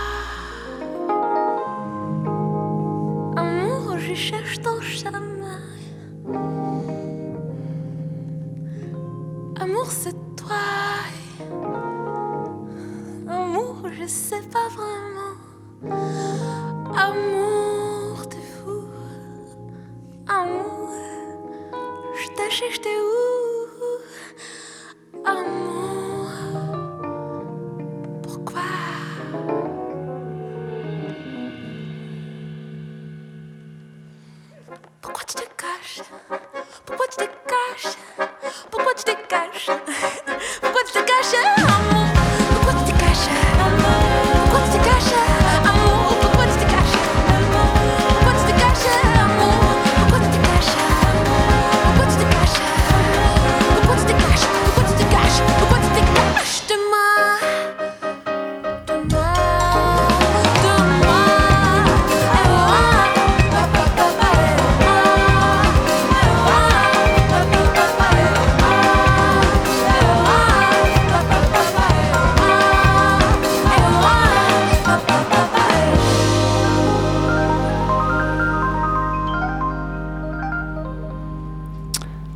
Amour, je cherche ton chemin. Amour, c'est toi. Amour, je sais pas vraiment. Amour, t'es fou. Amour, je t'achète, je t'ai où? Amour, pourquoi? Pourquoi tu te caches Pourquoi tu te caches Pourquoi tu te caches Pourquoi tu te caches Amour Pourquoi tu te caches Amour Pourquoi tu te caches Amour Pourquoi tu te caches Amour Pourquoi tu te caches Amour Pourquoi tu te caches Pourquoi tu te caches Pourquoi tu te caches Pourquoi tu te caches Pourquoi tu te caches de moi De moi De moi Et moi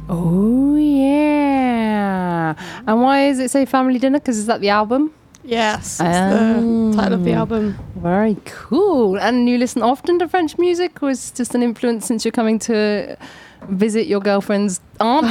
Oh yeah! And why is it say family dinner? Because is that the album?
Yes, it's the title of the
Oh,
album.
Very cool. And you listen often to French music, or is it just an influence since you're coming to visit your girlfriend's aunt?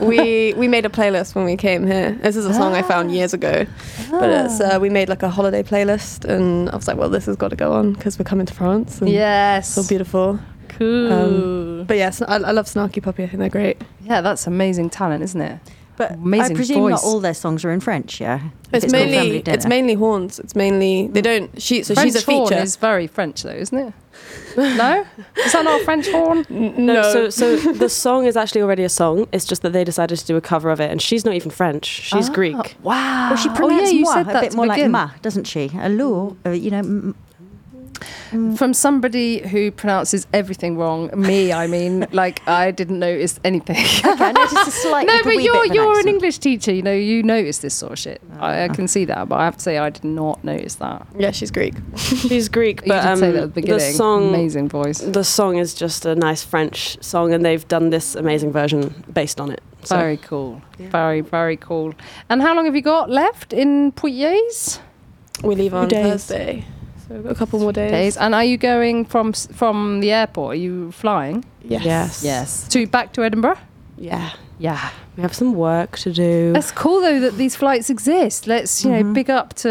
we we made a playlist when we came here. This is a song I found years ago, but
Ah.
it's uh, we made like a holiday playlist, and I was like, well, this has got to go on because we're coming to France. And
Ah, Yes.
so beautiful. um,
Cool.
but yes, I, I love Snarky Puppy. I think they're great.
yeah, that's amazing talent, isn't it?
But
I
amazing
presume
voice.
not all their songs are in French, yeah. If
It's,
called
mainly
Family
it's
Dinner.
mainly horns. It's mainly they don't. She so
French
she's a
horn
feature.
is very French, though, isn't it? no, is that not a French horn?
No. So, so the song is actually already a song. It's just that they decided to do a cover of it, and she's not even French. She's
Ah,
Greek.
Wow.
Well, she
Oh, yeah,
pronounces
you
moi
said
a
that
bit
to
more like
begin.
ma, doesn't she? Allure, uh, you know. m-
From somebody who pronounces everything wrong, me, I mean, like I didn't notice anything.
okay, I noticed a slight.
no,
like a Oh,
but
wee
you're
bit of
you're an
accent.
English teacher. You know, you notice this sort of shit. I, I can see that, but I have to say, I did not notice that.
yeah, she's Greek.
She's Greek,
You
but
did
um,
say that at the
the
beginning.
song,
Amazing voice.
the song is just a nice French song, and they've done this amazing version based on it. So.
Very cool. Very, very cool. And how long have you got left in Poitiers?
We leave on
Days.
Thursday, so we've got a couple more days.
Days. And are you going from s- from the airport? Are you flying?
Yes. Yes.
Yes. To back to Edinburgh?
Yeah.
Yeah.
We have some work to do.
That's cool though that these flights exist. Let's you
Mm-hmm.
know big up to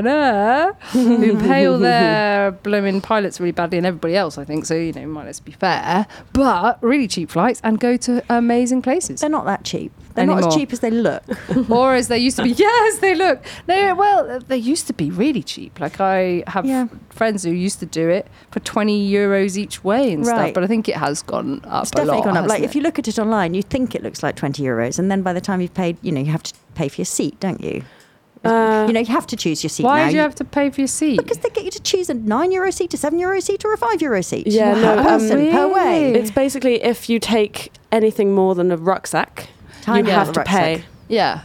Ryanair who pay all their blooming pilots really badly and everybody else I think. So you know might let's be fair, but really cheap flights and go to amazing places. They're
not that cheap. They're not as cheap as they look.
or as they used to be. Yes, they look. No, well, they used to be really cheap. Like I have
Yeah.
friends who used to do it for twenty euros each way and stuff.
Right.
But I think it has gone up.
It's definitely
a lot,
gone up. Like
hasn't
if you look at it online, you think it looks like twenty euros, and then by the time you've paid, you know, you have to pay for your seat, don't you? you know, you have to choose your
it?
seat.
Uh, why
now.
do you have to pay for your seat?
Because they get you to choose a nine euro seat, a seven euro seat, or a five euro seat.
Yeah,
per
no, um,
person per way.
It's basically if you take anything more than a rucksack,
Tiny
you have to
little
pay.
rucksack.
Yeah.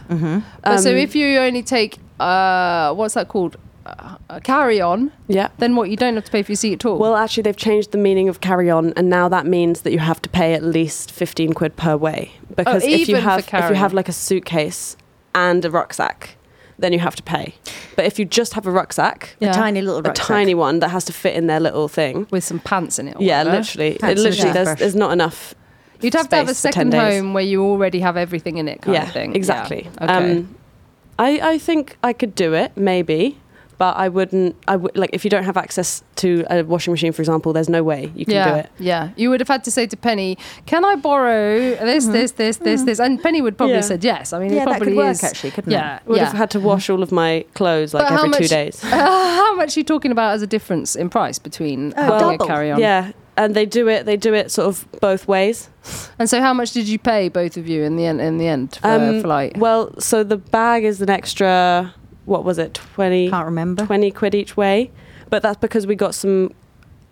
But so
Um,
if you only take uh, what's that called? Uh, a carry on.
Yeah.
Then what? You don't have to pay for your seat at all.
Well, actually, they've changed the meaning of carry on, and now that means that you have to pay at least fifteen quid per way. Because if
even
you
for
have if you
carry-on.
have like a suitcase and a rucksack, then you have to pay. But if you just have a rucksack,
A Yeah. tiny little
a
rucksack.
tiny one that has to fit in their little thing
with some pants in it. or
Yeah,
whatever.
literally, it
Pants and a
literally, there's,
toothbrush.
there's not enough.
You'd have to have a
space for
second
10 days.
home where you already have everything in it, kind
yeah,
of thing. Yeah.
Exactly.
Okay.
Um, I, I think I could do it, maybe, but I wouldn't. I would like if you don't have access to a washing machine, for example. There's no way you can
yeah,
do it.
Yeah. You would have had to say to Penny, Can I borrow this, this, this, this, this? And Penny would probably
Yeah.
have said yes. I mean,
Yeah,
it
that could
probably
work,
is.
actually,
couldn't it?
yeah,
Would
yeah.
have had to wash all of my clothes like
But how
every two
much-
days.
how much are you talking about as a difference in price between having a carry on?
Yeah, and they do it. They do it sort of both ways.
And so, how much did you pay both of you in the end? In the end, for
Um,
a flight.
Well, so the bag is an extra. What was it? Twenty. Can't
remember.
Twenty quid each way, but that's because we got some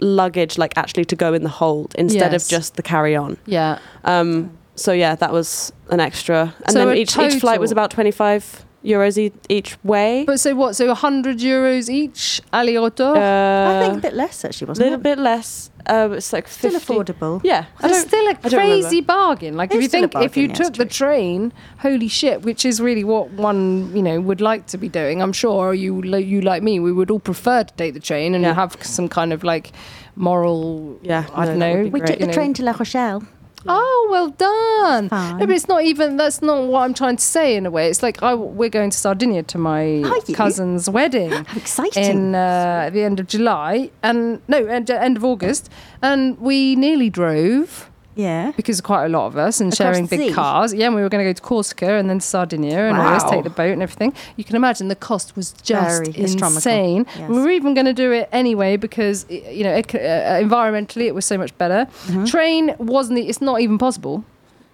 luggage like actually to go in the hold instead
Yes.
of just the carry on.
Yeah.
Um, so yeah, that was an extra, and
So
then
a
each each flight was
total-
about twenty five euros e- each way.
But so what? So 100 euros each, aller retour?
Uh, I
uh,
think a bit less actually,
A
wasn't
little
it?
bit less. Uh, it's like 50.
Still affordable.
Yeah, I
It's
don't-
still a
I don't
crazy
remember.
bargain. Like if
It's
you
still a
think if
bargain,
you
yeah,
took the train, holy shit, which is really what one you know would like to be doing. I'm sure you li- you like me, we would all prefer to take the train and have some kind of like moral. Yeah, I don't know.
We took the train to La Rochelle.
Oh, well done. No, but it's not even, that's not what I'm trying to say in a way. It's like I, we're going to Sardinia to my cousin's wedding. How
exciting.
In, uh, at the end of July, and no, end, end of August. And we nearly drove.
Yeah.
Because quite a lot of us and
Across
sharing
the
big
sea?
cars. Yeah, and we were going to go to Corsica and then Sardinia and always
Wow.
take the boat and everything. You can imagine the cost was just
Very astronomical.
insane.
Yes.
We were even going to do it anyway because y- you know ec- uh, environmentally it was so much better.
Mm-hmm.
Train wasn't. It's not even possible.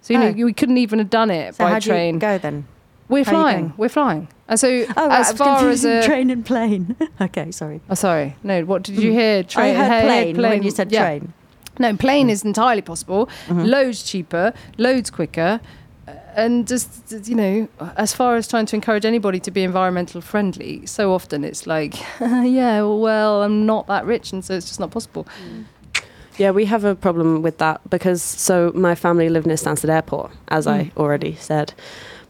So you know
Oh.
you- we couldn't even have done it
So
by
how do
train.
you go then?
We're
How are you
flying.
going?
We're flying. And so
Oh, right, I
as
was
far as
confusing
a
train and plane. okay, sorry.
Oh, sorry. No, what did you hear?
Mm. I
Train.
heard
I heard
plane when you said train.
No,
Mm.
plane is entirely possible.
Mm-hmm.
Loads cheaper, loads quicker, uh, and just d- you know, as far as trying to encourage anybody to be environmental friendly, so often it's like, yeah, well, I'm not that rich, and so it's just not possible.
Yeah, we have a problem with that because so my family live near Stansted Airport, as I
Mm.
already said.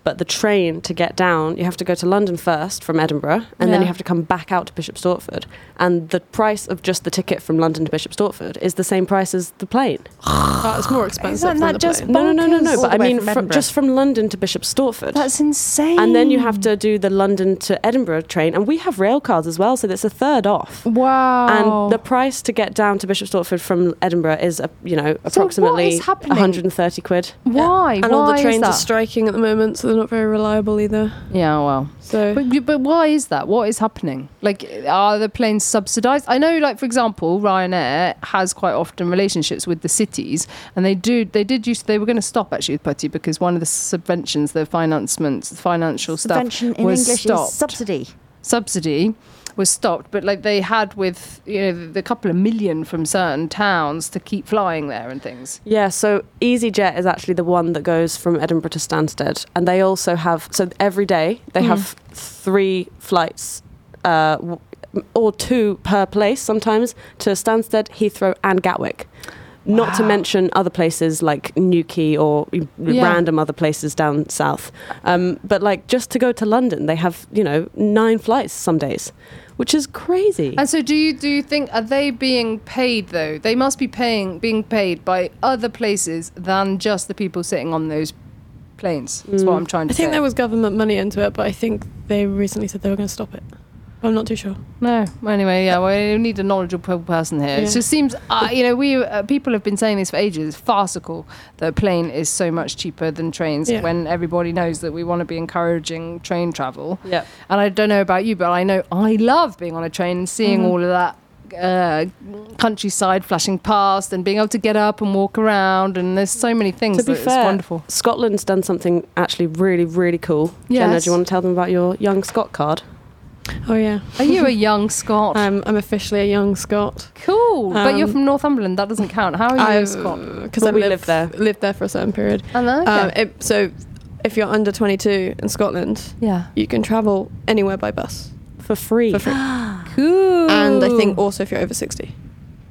But the train to get down, you have to go to London first from Edinburgh, and then
Yeah.
you have to come back out to Bishop Stortford. And the price of just the ticket from London to Bishop Stortford is the same price as the plane.
Oh, it's more expensive.
Isn't
than
that
the
just
plane.
No, no, no, no, no. But I mean,
from
fro-
Edinburgh.
just from London to Bishop Stortford.
That's insane.
And then you have to do the London to Edinburgh train, and we have rail cards as well, so that's a third off.
Wow.
And the price to get down to Bishop Stortford from Edinburgh is, uh, you know, approximately
happening?
130 quid.
Why?
and all
Why
the
is
trains
that?
are striking at the moment, so they're not very reliable either.
Yeah, well.
So,
but, you- but why is that? What is happening? Like, are the planes subsidised? I know, like for example, Ryanair has quite often relationships with the cities, and they do. They did use. They were going to stop actually with Putty because one of the subventions, the financements, financial
Subvention
stuff
in
was
English
stopped
is subsidy.
subsidy was stopped, but like they had with you know the couple of million from certain towns to keep flying there and things.
Yeah, so EasyJet is actually the one that goes from Edinburgh to Stansted, and they also have so every day they
Mm.
have three flights, uh, w- or two per place sometimes to Stansted, Heathrow, and Gatwick. Not to mention other places like Newquay or
Yeah.
random other places down south. Um, but like just to go to London, they have you know nine flights some days, which is crazy.
And so, do you do you think are they being paid though? They must be paying being paid by other places than just the people sitting on those planes. That's what I'm trying to
Mm. I think
say.
there was government money into it, but I think they recently said they were going to stop it. I'm not too sure.
No. Well, Anyway, yeah, well, we need a knowledgeable person here. It
Yeah.
just seems, uh, you know, we uh, people have been saying this for ages. It's farcical that a plane is so much cheaper than trains
Yeah.
when everybody knows that we want to be encouraging train travel.
Yep.
And I don't know about you, but I know I love being on a train and seeing
Mm-hmm.
Mhm.
all of that. Uh, countryside flashing past and being able to get up and walk around and there's so many things
To be
that it's
fair,
wonderful.
Scotland's done something actually really, really cool. Jenna,
Yes.
do you want to tell them about your young Scot card?
Oh yeah.
Are you a young Scot?
I'm, I'm officially a young Scot.
Cool, but you're
Um,
from Northumberland. That doesn't count. How are you,
I've-
Scott?
Because I lived, there. Lived there for a certain period.
Oh, no, okay.
Um, it, so, if you're under 22 in Scotland,
Yeah.
you can travel anywhere by bus
for free.
For free.
Cool.
and I think also if you're over 60.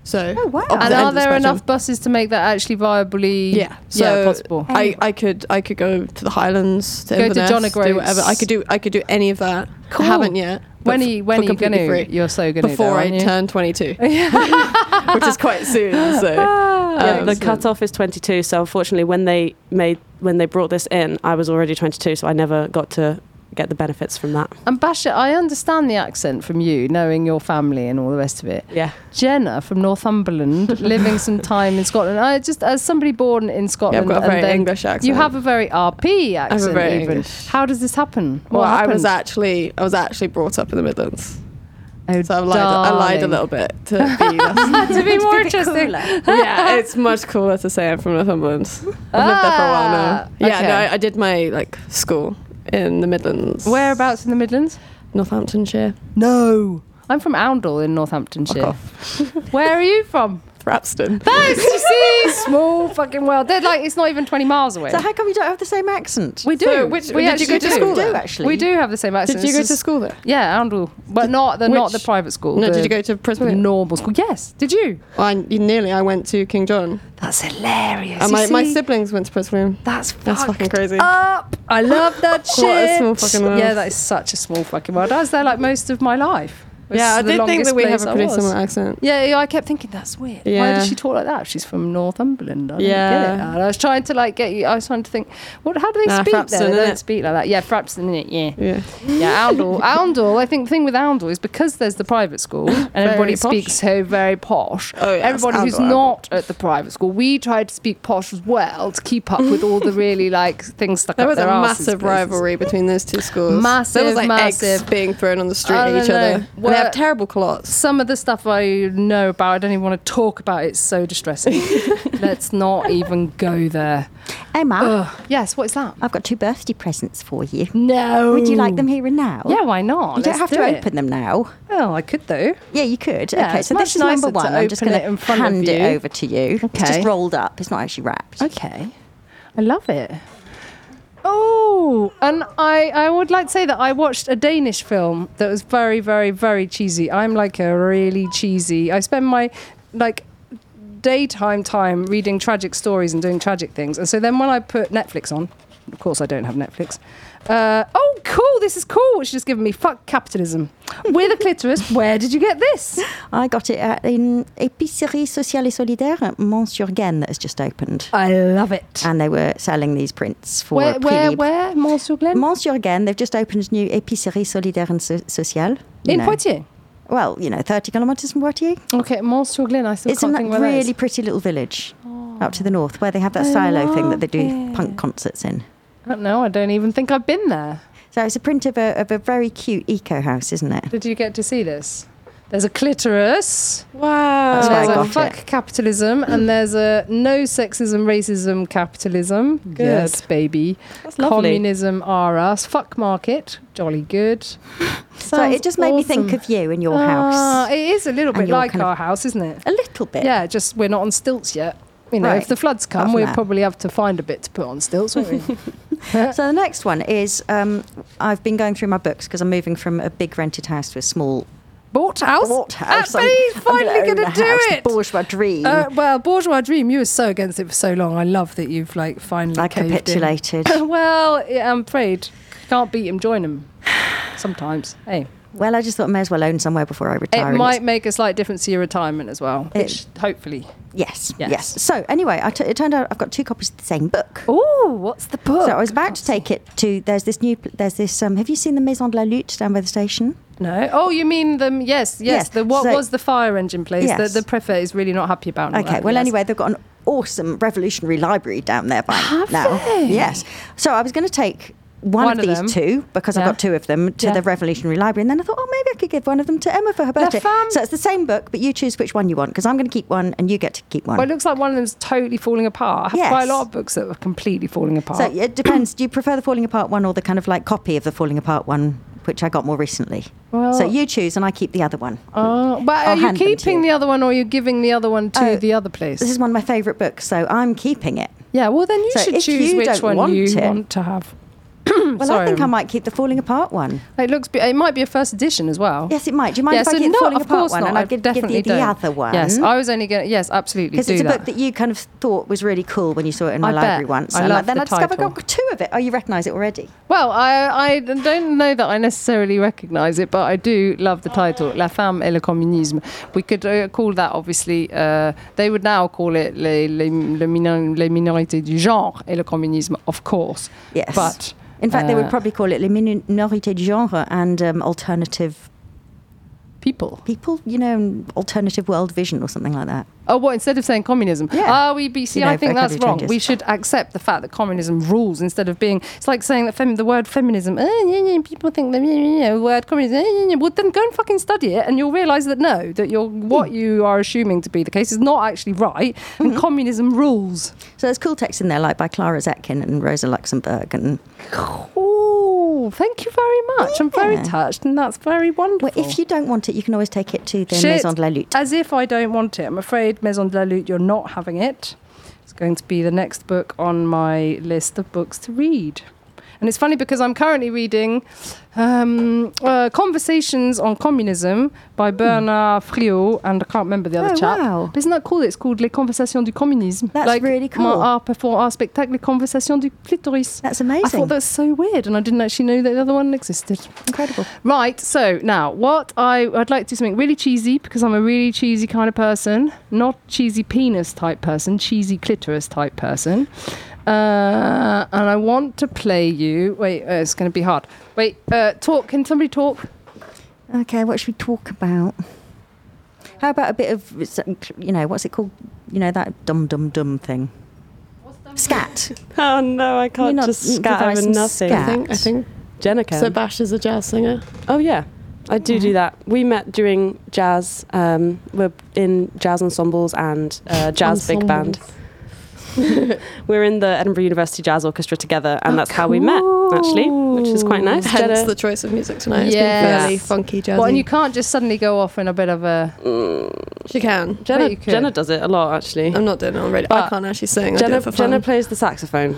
So. Oh wow.
And are there enough buses to make that actually viably?
Yeah, so
yeah, possible.
I, I could I could go to the Highlands, to
Go to
Inverness,
John
do whatever. I
O'Groats.
could do I could do any of that.
Cool.
I haven't yet. but
When are
f-
you- when
for
are you
completely
gonna?
free.
You're so gonna
before
though,
I
aren't you?
turn 22, which is quite soon. So
Ah.
Yeah,
um,
the cutoff is 22. So unfortunately, when they made when they brought this in, I was already 22, so I never got to get the benefits from that.
And Basha, I understand the accent from you, knowing your family and all the rest of it.
Yeah.
Jenna from Northumberland, living some time in Scotland. I just, as somebody born in Scotland,
got a
and
very
then-
English
You
accent.
have a very RP
I have a
accent,
very
even.
English.
How does this happen? What
well, I was
happened?
actually I was actually brought up in the Midlands.
Oh,
so I lied, I lied a
darling.
little bit to be less.
to be more interesting.
yeah, it's much cooler to say I'm from Northumberland. I've lived there for a while
Ah,
now. Yeah,
okay.
no, I, I did my like school in the Midlands.
Whereabouts in the Midlands?
Northamptonshire.
No. I'm from Oundle in Northamptonshire. Where are you from?
Thrapston.
Thanks, you see, small fucking world. They're like it's not even twenty miles away.
So how come you don't have the same accent?
we do.
So
which
did
we
you
actually
go to
do.
school there? Actually.
we do have the same accent.
Did you
It's
go
just-
to school there?
Yeah, Arundel, but not the not the
which-
private school.
No,
the
did you go to Presbyterian?
Normal school. Yes. Did you?
I nearly. I went to King John.
That's hilarious.
And
you
my, my
see?
siblings went to Presbyterian.
That's
That's fucking crazy.
Up. I love that shit.
What a small fucking world.
Yeah, that is such a small fucking world. I was there like most of my life. It's
yeah, I
the
did think
longest
that we have
place
a
I
pretty
was.
similar accent.
Yeah, yeah, I kept thinking that's weird. Why
Yeah.
does she talk like that? She's from Northumberland. I don't
Yeah.
get it. And I was trying to like get you. I was trying to think, what? How do they
Nah,
speak
Frapston,
there? They
innit?
don't speak like that. Yeah, Frapston, innit? Yeah.
Yeah.
Yeah, Oundle. Oundle, I think the thing with Oundle is because there's the private school and everybody
posh.
speaks so very posh,
Oh, yes,
everybody who's
Oundle,
not
Oundle.
at the private school, we try to speak posh as well to keep up with all the really like things stuck
There
up
was a
their arses
massive
places.
rivalry between those two schools. There
Massive,
was like eggs
massive.
being thrown on the street
I
at
don't
each other.
know.
And they have
Well-
terrible clots.
Some of the stuff I know about, I don't even want to talk about. It's so distressing. Let's not even go there.
Emma,
Yes, what is that?
I've got two birthday presents for you.
No.
Would you like them here and now?
Yeah, why not?
You don't
Let's
have
do
to
it.
open them now.
Oh, I could though.
Yeah, you could.
Yeah,
okay,
it's
so
much
this is number
nicer to
one. I'm just
open
going
it in
to
front of
hand it
you.
over to you. It's
Okay.
just rolled up. It's not actually wrapped.
Okay. I love it. Oh, and I, I would like to say that I watched a Danish film that was very, very, very cheesy. I'm like a really cheesy. I spend my like daytime time reading tragic stories and doing tragic things. And so then when I put Netflix on, of course I don't have Netflix. Uh, oh, cool! This is cool. It's just given me fuck capitalism. With a clitoris, where did you get this?
I got it at an épicerie sociale et solidaire at Mont-sur-Gaine that has just opened.
I love it.
And they were selling these prints for
Where,
Prix
where,
Libre.
where? Mont-sur-Glen?
Mont-sur-Gaine, they've just opened new épicerie solidaire and so- sociale. you
In
know.
Poitiers.
Well, you know, 30 kilometres from Poitiers.
Okay, Mont-sur-Glen. I still
It's in
can't
that
think where that is.
really pretty little village up to the north where they have that
I
silo thing that they do
love
punk concerts in.
Uh, No, I don't even think I've been there.
So it's a print of a, of a very cute eco house, isn't it?
Did you get to see this? There's a clitoris.
Wow.
That's where I
there's a
got
fuck
it.
capitalism, and there's a no sexism, racism, capitalism.
Good.
Yes, baby.
That's lovely.
Communism, are us. Fuck market, jolly good.
So it just made me think of you and your house.
Ah, It is a little
And
bit
your
like
kind of-
our house, isn't it?
A little bit.
Yeah, just we're not on stilts yet. You know,
Right.
if the floods come,
Apart from
we'll
that.
probably have to find a bit to put on stilts, won't we?
So the next one is um, I've been going through my books because I'm moving from a big rented house to a small
Bought house?
bought house. I'm-
Betty's
I'm
finally
own
going
a
to do
house, the
it.
Bourgeois dream.
Uh, well, bourgeois dream. You were so against it for so long. I love that you've like finally
I
caved in.
capitulated.
well, yeah, I'm afraid can't beat him, join him. Sometimes, hey,
well, I just thought I may as well own somewhere before I retire. and
it might
it's-
make a slight difference to your retirement as well.
It-
which hopefully.
Yes,
Yes.
yes. So anyway, I t- it turned out I've got two copies of the same book.
Oh, what's the book?
So I was about to take it to. There's this new. pl- There's this. Um, have you seen the Maison de la Lutte down by the station?
No. Oh, you mean the yes, yes.
Yes,
The what
so-
was the fire engine place
Yes.
that the prefect is really not happy about? and all
Okay.
that,
Well,
uh, yes.
anyway, they've got an awesome revolutionary library down there by
Have
now.
they?
Yes. So I was going to take. One,
One
of
of
these
them.
two, because I've
Yeah.
got two of them, to
Yeah.
the Revolutionary Library. And then I thought, oh, maybe I could give one of them to Emma for her birthday.
femme.
So it's the same book, but you choose which one you want, because I'm going to keep one and you get to keep one.
Well, it looks like one of them's totally falling apart. I have
Yes.
quite a lot of books that are completely falling apart.
So it depends. Do you prefer the falling apart one or the kind of like copy of the falling apart one, which I got more recently?
Well-
so you choose, and I keep the other one.
Oh, but
I'll
are you
hand them to
keeping
you.
the other one or are you giving the other one to
Oh,
the other place?
This is one of my favourite books, so I'm keeping it.
yeah, well then you
So
should
if
choose
you
which
don't
one
want
you
it-
want to have. Hmm,
Well, I
um,
think I might keep the falling apart one.
It looks. be- It might be a first edition as well.
Yes, it might. Do you mind
yeah,
if I
so
keep the
no,
falling
of
apart
course
one
not.
and I
I
give, give
definitely
you the
don't.
other one?
Yes, I was only going. to... Yes, absolutely.
because
do
it's a
that.
book that you kind of thought was really cool when you saw it in my
I bet.
library once.
I
and
love
then
the
I discovered
title.
I've got two of it. Oh, you recognise it already?
Well, I, I don't know that I necessarily recognise it, but I do love the title, La Femme et le Communisme. We could uh, call that, obviously, uh, they would now call it Les, les, les, minor- les Minorités du Genre et le Communisme, of course.
Yes.
But
in fact, they
uh,
would probably call it Les Minorités du Genre and um, Alternative
people.
People, you know, Alternative World Vision or something like that.
Oh, what? Instead of saying communism?
Yeah.
Ah, we be, see,
You know,
I think that's
vocabulary
wrong.
changes.
We should accept the fact that communism rules instead of being. It's like saying that fem- the word feminism. "Eh, yeah, yeah, people think that yeah, yeah, yeah, word communism. eh, yeah, yeah." Well, then go and fucking study it, and you'll realise that no, that you're
Hmm.
what you are assuming to be the case is not actually right,
Hmm.
and communism rules.
So there's cool texts in there, like by Clara Zetkin and Rosa Luxemburg, and
Ooh, Oh, thank you very much. I'm very touched, and that's very wonderful.
Well, if you don't want it, you can always take it to the Maison de la Lutte.
As if I don't want it. I'm afraid Maison de la Lutte, you're not having it. It's going to be the next book on my list of books to read. And it's funny because I'm currently reading um, uh, Conversations on Communism by Bernard Friot, and I can't remember the other
Oh,
chap.
wow.
But isn't that cool? It's called Les Conversations du Communisme.
That's really cool.
Mon art perform our spectacle Les Conversations du Clitoris. That's amazing. I thought that's so weird, and I didn't actually know that the other one existed. Incredible. Right. So now, what I I'd like to do something really cheesy because I'm a really cheesy kind of person, not cheesy penis type person, cheesy clitoris type person. Uh, and I want to play you. Wait, uh, it's going to be hard. Wait, uh, talk. Can somebody talk?
Okay, what should we talk about? How about a bit of, some- you know, what's it called? You know, that dum dum dum thing. Scat.
Oh no, I can't
not
just scat over
improvise and
nothing.
scat? I think- I
think
Jenna can.
So Bash is a jazz singer.
Oh yeah, I do do that. We met during jazz. Um, we're in jazz ensembles and uh, jazz big band. we're in the Edinburgh University Jazz Orchestra together, and that's how we met actually, which is quite nice.
Hence
Jenna-
the choice of music tonight. It's been
Yes.
fairly funky jazzy.
Well, and you can't just suddenly go off in a bit of a.
she can.
Jenna,
Wait, you could.
Jenna does it a lot actually.
I'm not doing it on radio. I
But
can't actually sing. I do
Jenna,
it for fun.
Jenna plays the saxophone.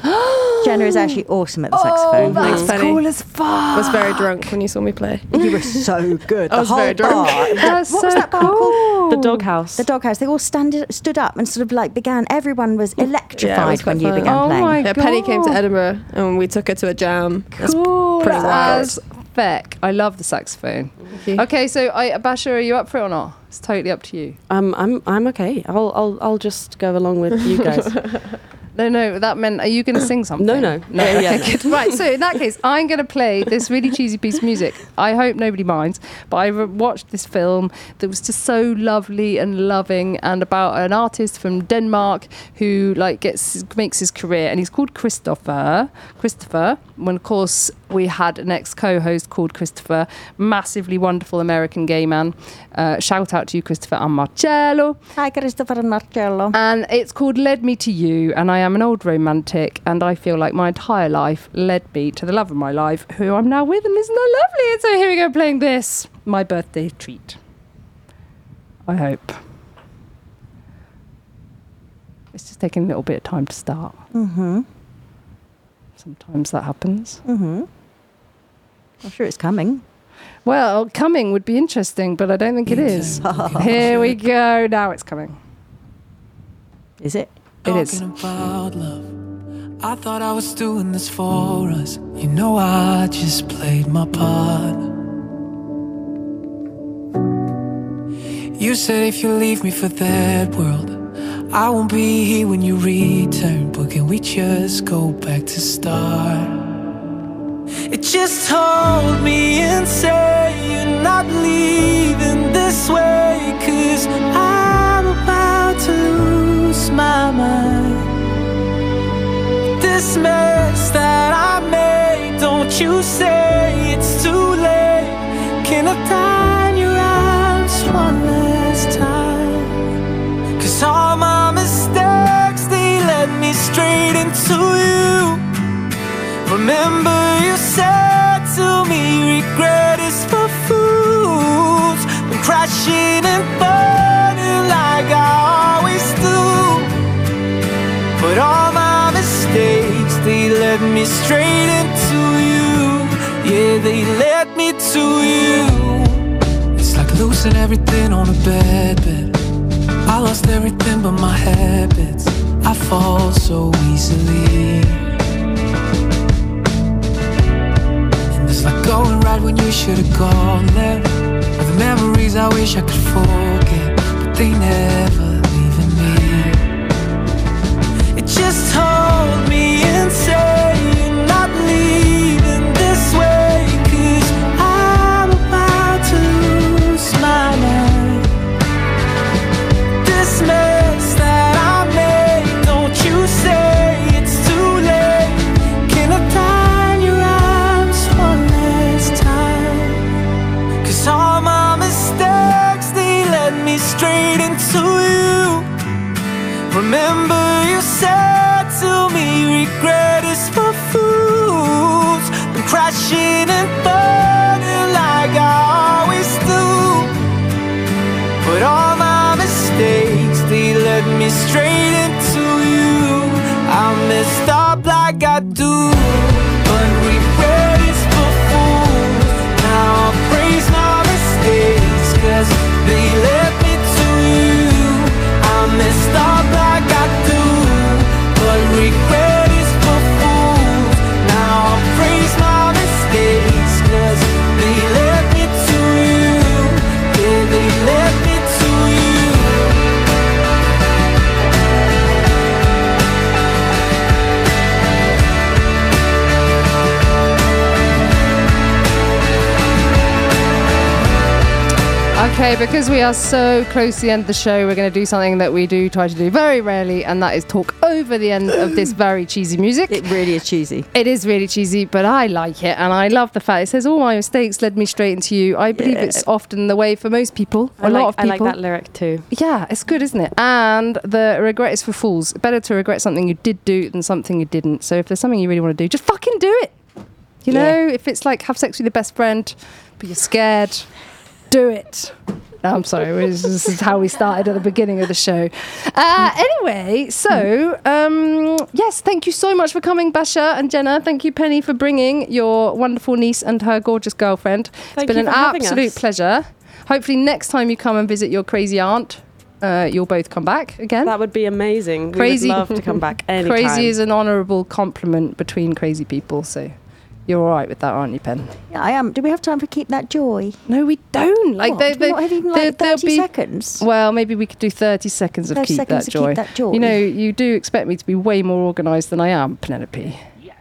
Jenna is actually awesome at the
Oh,
saxophone.
that's Thanks, Penny. cool
as fuck.
was very drunk when you saw me play.
Oh
You were so good.
I
The
was very
whole
drunk.
bar.
That's
what was
so
that bar called?
The doghouse.
The doghouse. They all stand, stood up and sort of like began. Everyone was Oh electrified
Yeah, it was quite
when you
fun.
began playing.
Oh
yeah, Penny came to Edinburgh and we took her to a jam. That's
Cool
pretty wild.
as feck. I love the saxophone. Okay, so I, Basha, are you up for it or not? It's totally up to you.
Um, I'm I'm okay. I'll I'll I'll just go along with you guys.
No, no, that meant are you going to sing something?
No, no.
no.
Yeah, yeah.
okay, good. Right, so in that case, I'm going to play this really cheesy piece of music. I hope nobody minds, but I re- watched this film that was just so lovely and loving, and about an artist from Denmark who like gets makes his career, and he's called Christopher. Christopher. When of course we had an ex-co-host called Christopher, massively wonderful American gay man. Uh, shout out to you, Christopher and Marcello.
Hi, Christopher and Marcello.
And it's called Led Me to You. And I am an old romantic. And I feel like my entire life led me to the love of my life, who I'm now with. And isn't that lovely? And so here we go, playing this my birthday treat. I hope. It's just taking a little bit of time to start.
Mm-hmm.
Sometimes that happens.
Mm-hmm. I'm sure it's coming.
Well, coming would be interesting, but I don't think it is. here we go. Now it's coming.
Is it?
It is.
Talking about love. I thought I was doing this for us. You know, I just played my part. You said if you leave me for that world, I won't be here when you return. But can we just go back to start?
It just hold me and say you're not leaving this way. Cause I'm about to lose my mind. This mess that I made, don't you say it's too late. Can I die in your arms one last time? Cause all my mistakes, they led me straight into you. Remember you said to me regret is for fools When crashing and burning like I always do But all my mistakes they led me straight into you Yeah they led me to you
It's like losing everything on a bed bed. I lost everything but my habits. I fall so easily. And it's like going right when you should have gone left. All the memories I wish I could forget, but they never leaving me.
It just hold me and say you're not leaving this way Cause I'm about to lose my mind This mess that I made, don't you say it's too late Can I die in your arms one last time? Cause all my mistakes, they led me straight into you Remember you said to me led me straight into you. I messed up like I do, but regret is for fools. Now I praise my mistakes, cause they led me to you. I messed up like I do, but regret is for fools. Now I praise my mistakes, cause they led me to you. Yeah, they led me to you.
Okay, because we are so close to the end of the show, we're going to do something that we do try to do very rarely, and that is talk over the end of this very cheesy music. It
really is cheesy.
It is really cheesy, but I like it, and I love the fact it says, All my mistakes led me straight into you. I believe
Yeah.
it's often the way for most people,
I
a
like,
lot of
I like
people.
that lyric too.
Yeah, it's good, isn't it? And the regret is for fools. Better to regret something you did do than something you didn't. So if there's something you really want to do, just fucking do it. You know, if it's like have sex with your best friend, but you're scared, do it. No, I'm sorry. we- This is how we started at the beginning of the show. Uh, anyway, so um, yes, thank you so much for coming, Basha and Jenna. Thank you, Penny, for bringing your wonderful niece and her gorgeous girlfriend.
Thank
it's been
you
an
for having
absolute
us.
pleasure. Hopefully, next time you come and visit your crazy aunt, uh, you'll both come back again.
That would be amazing.
Crazy-
We would love to come back anytime.
Crazy is an honourable compliment between crazy people, so you're all right with that, aren't you, Pen?
Yeah, I am. Do we have time for keep that joy?
No, we don't. Like
What?
they,
Do we
they,
not have even
there-
like
there'll
30
be-
seconds.
Well, maybe we could do 30 seconds of,
30
keep,
seconds
that
of keep that joy.
You know, you do expect me to be way more organised than I am, Penelope. Yes.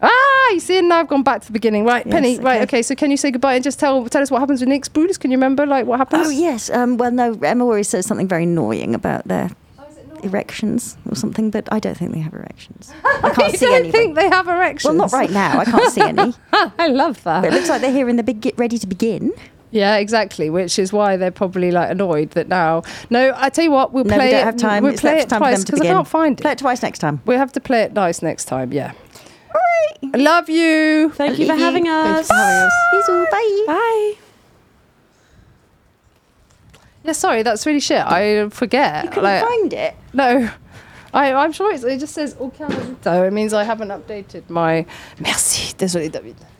Ah, you see, and now I've gone back to the beginning. Right,
Yes,
Penny. Right,
okay.
okay. So, can you say goodbye and just tell tell us what happens with Nick's Brutus? Can you remember, like, what happens?
Oh yes. Um, well, no. Emma always says something very annoying about their
Oh,
erections or something, but I don't think they have erections. I can't
You
see
don't
any.
think they have erections?
Well, not right now. I can't see any.
I love that.
But it looks like they're here and they're big, get ready to begin.
Yeah, exactly. Which is why they're probably like annoyed that now. No, I tell you what, we'll
No, we
play.
don't
it,
have time.
We'll
It's
play
next
it
time for
twice
them to
because I
begin.
can't find it.
Play it twice next time.
We'll have to play it nice next time. Yeah. Love you.
Thank you for having us.
Bye.
Bye.
Yeah, sorry, that's really shit. I forget. You
couldn't find it.
No, I, I'm sure it's, it just says all cameras. So it means I haven't updated my. Merci. Désolé, David.